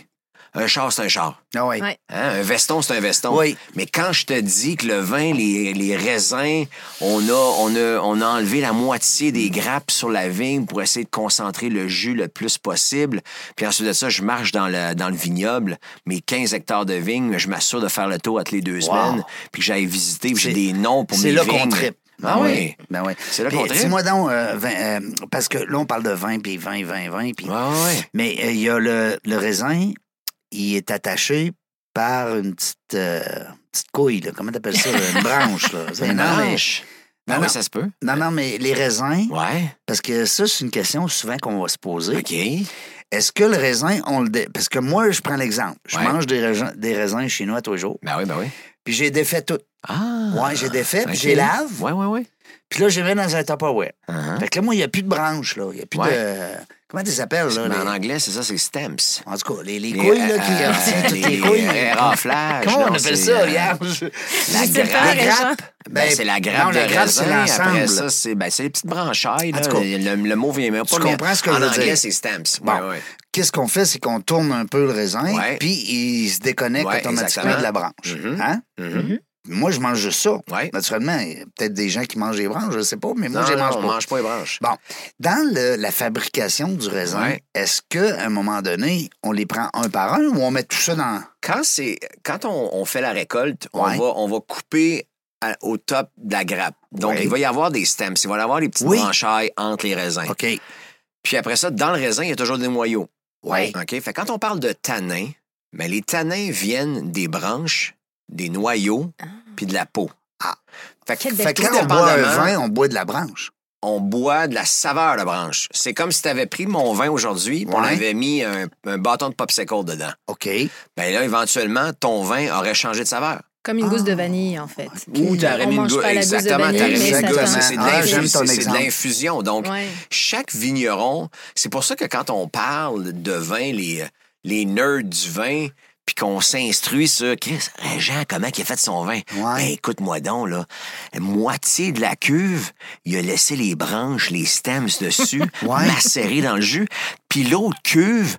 Un char, c'est un char. Ah oui. Ouais. Hein, Un veston, c'est un veston. Oui. Mais quand je te dis que le vin, les, les raisins, on a, on, a, on a enlevé la moitié des grappes sur la vigne pour essayer de concentrer le jus le plus possible. Puis ensuite de ça, je marche dans le, dans le vignoble, mes 15 hectares de vignes, je m'assure de faire le tour toutes les deux semaines, puis que j'aille visiter, puis j'ai C'est- des noms pour mes C'est vignes. là qu'on tripe. Ah oui. Ben oui. C'est là Puis qu'on tripe. Dis-moi donc, euh, vin- euh, parce que là, on parle de vin, puis vin, vin, vin. Puis... Ah oui. Mais euh, il y a le, le raisin, il est attaché par une petite, euh, petite couille, là. comment t'appelles ça? là? Une branche. Là. Une Non, mais- branche. Non, Ah oui, non. ça se peut. Non, non, mais les raisins, Ouais. parce que ça, c'est une question souvent qu'on va se poser. OK. Est-ce que le raisin, on le. dé- Parce que moi, je prends l'exemple. Je Ouais. mange des raisins, des raisins chez nous à tous les jours, Ben oui, ben oui. puis j'ai défait tout. Ah. Ouais, j'ai défait, puis OK. j'ai lave, Ouais, ouais, ouais. puis là, j'ai mis dans un Tupperware. Uh-huh. Fait que là, moi, il n'y a plus de branches, là. Il n'y a plus Ouais. de. Comment tu les appelles, là? Mais les- Ben, en anglais, c'est ça, c'est stamps. En tout cas, les, les couilles, là, qui euh, retiennent toutes les, les couilles. euh, raflages, Comment on non, appelle c'est, ça, euh, hier? La sais pas, grappe. Régent. Ben, c'est la grappe non, de la grappe, c'est raisin. Après l'ensemble. ça, c'est ben, c'est les petites branchailles. En là. tout cas, le, le mot vient même pas. tu mais comprends ce que en je veux anglais, dire. c'est stamps. Bon. Ouais, ouais. Qu'est-ce qu'on fait, c'est qu'on tourne un peu le raisin, Ouais. puis il se déconnecte Ouais, automatiquement exactement. de la branche. Mhm. Hein? Mhm. Moi, je mange juste ça. Ouais. Naturellement, il y a peut-être des gens qui mangent les branches, je ne sais pas, mais Ben, moi, Non, je les non, mange on pas. mange pas les branches. Bon, dans le- la fabrication du raisin, Ouais. est-ce qu'à un moment donné, on les prend un par un ou on met tout ça dans. Quand, c'est- quand on, on fait la récolte, Ouais. on, va, on va couper à- au top de la grappe. Donc, Ouais. il va y avoir des stems. Il va y avoir des petites Oui. branchailles entre les raisins. OK. Puis après ça, dans le raisin, il y a toujours des noyaux. Ouais. OK? Fait que quand on parle de tanins, ben les tanins viennent des branches, des noyaux, puis de la peau. Ah. Fait que, Quel fait Fait que que tout quand on boit un dépendamment, vin, on boit de la branche. on boit de la saveur de branche. C'est comme si tu avais pris mon vin aujourd'hui, puis on Ouais. avait mis un, un bâton de popsicle dedans. OK. Ben là, éventuellement, ton vin aurait changé de saveur. Comme une Ah. gousse de vanille, en fait. Ou t'aurais On mis une mange gousse. pas la gousse de Exactement, vanille, t'aurais mais mis une ça gousse. change. C'est- C'est de Ah, j'aime l'infusion. ton C'est de exemple. l'infusion. Donc, Ouais. chaque vigneron, c'est pour ça que quand on parle de vin, les, les nerds du vin, puis qu'on s'instruit sur Chris, Jean, comment il a fait son vin? Ouais. Ben, écoute-moi donc, là. Moitié de la cuve, il a laissé les branches, les stems dessus, Ouais. macérés dans le jus. Puis l'autre cuve,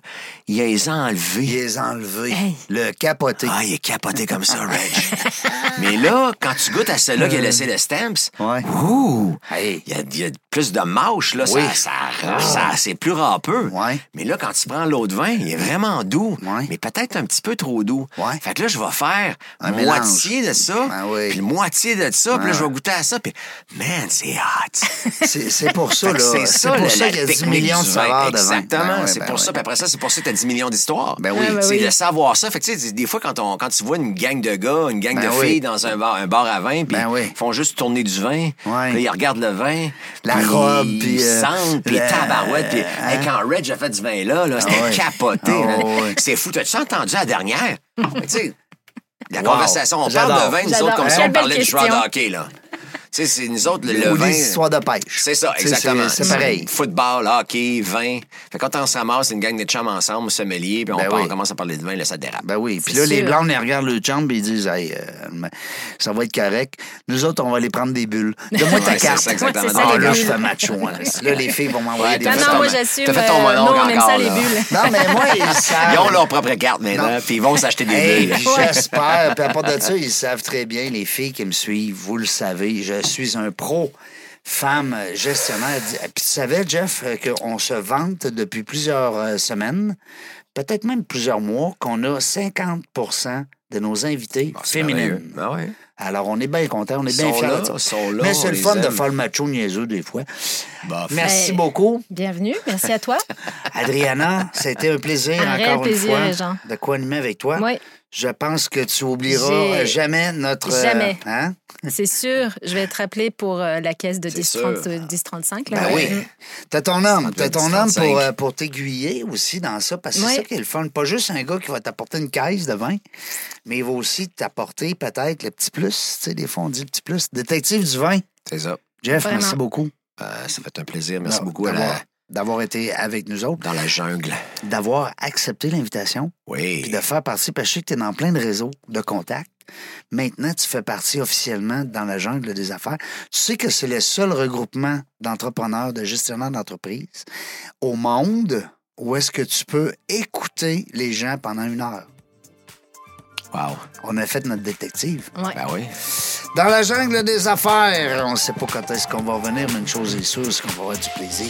il a les a enlevés. Il les enlever. Hey. Le capoté. Ah, il est capoté comme ça, Reg. Mais là, quand tu goûtes à celle-là qui a laissé le stamps, Ouais. ouh, Hey. il y a, il y a plus de mâche, là, Oui. Ah. ça, ça, ça- c'est plus râpeux. Ouais. Mais là, quand tu prends l'autre vin, il est vraiment doux, Ouais. mais peut-être un petit peu trop doux. Ouais. Fait que là, je vais faire Un moitié de ça, Ben oui. puis moitié de ça, puis là, Ouais. je vais goûter à ça, puis man, c'est hot. C'est c'est pour ça, Fait que là. c'est ça, pour la- ça la qu'il y a 10 technique millions de du vin. saveurs de vin. Exactement, Ben ouais, c'est ben pour ouais. ça. Puis après ça, c'est pour ça que tu as 10 millions d'histoires. Ben oui. Ah, ben c'est oui. de savoir ça. Fait que tu sais, des fois, quand, on, quand tu vois une gang de gars, une gang Ben de oui. filles dans un bar, un bar à vin, puis Ben oui. ils font juste tourner du vin, puis là, ils regardent le vin, La puis robe, ils puis, euh, sentent, puis le- tabarouette, puis hey, quand Reg a fait du vin là, là c'était Ah ouais. capoté. Ah man. ouais. Ah, C'est fou. T'as-tu entendu la dernière? Mais tu sais, la Wow. conversation, on parle J'adore. de vin, nous J'adore. autres, comme si Quelle on parlait belle du joueur question. de hockey, là. Tu sais, c'est nous autres, le, le Ou vin. des histoires de pêche. C'est ça, Tu sais, exactement. C'est c'est pareil. Football, hockey, vin. Fait que quand on se ramasse, c'est une gang de chums ensemble, sommelier, puis on, Ben part- oui. on commence à parler de vin, là, ça dérape. Ben oui. Puis C'est là, les sûr. blancs, ils regardent le champ et ils disent, hey, euh, mais ça va être correct. Nous autres, on va aller prendre des bulles. Donne-moi ta Ouais, c'est carte. ça, exactement. Ouais, c'est ça, ah, les là, bulles. je fais macho. hein. Là, les filles vont m'envoyer Ouais, des t'as Non, bulles. fait non, ton- moi, j'assume. t'as fait ton euh, monologue non, on aime ça, encore, les là. bulles. Non, mais moi, ils savent. Ils ont leur propre carte maintenant, Non. puis ils vont s'acheter des Hey, bulles. puis j'espère. Puis à part de ça, ils savent très bien, les filles qui me suivent, vous le savez, je suis un pro femme gestionnaire. Puis tu savais, Jeff, euh, qu'on se vante depuis plusieurs euh, semaines peut-être même plusieurs mois, qu'on a 50 de nos invités Bon, c'est merveilleux. féminines. Ah ouais. Alors, on est bien contents, on Ils est bien sont fiers. là, de ça. ils sont là. Mais on c'est le les fun de aime. faire le macho niaiseux des fois. Bah, f- Merci Ben- beaucoup, Bienvenue, merci à toi. Adriana. C'était un plaisir Un réel encore plaisir, une fois Jean. de co-animer avec toi. Oui, Je pense que tu oublieras J'ai- euh, jamais notre... euh, Jamais. hein? c'est sûr. Je vais te rappeler pour euh, la caisse de C'est 10 sûr. 30, de 10 35. Là, Ben ouais. oui. Mm. T'as ton homme. T'as ton homme 35. pour, euh, pour t'aiguiller aussi dans ça, parce que Ouais. c'est ça qui est le fun. Pas juste un gars qui va t'apporter une caisse de vin, mais il va aussi t'apporter peut-être le petit plus. Tu sais, des fois, on dit le petit plus. Détective du vin. c'est ça. Jeff, Vraiment. merci beaucoup Ben, ça fait un plaisir. Merci d'a- beaucoup à la- d'avoir- d'avoir été avec nous autres, dans la jungle. d'avoir accepté l'invitation, Oui. puis de faire partie, parce que je sais que tu es dans plein de réseaux de contacts. Maintenant, tu fais partie officiellement dans la jungle des affaires. Tu sais que c'est le seul regroupement d'entrepreneurs, de gestionnaires d'entreprises au monde où est-ce que tu peux écouter les gens pendant une heure. Wow. On a fait notre détective. Mm, Ouais. Ben oui. Dans la jungle des affaires, on ne sait pas quand est-ce qu'on va revenir, mais une chose est sûre, c'est qu'on va avoir du plaisir.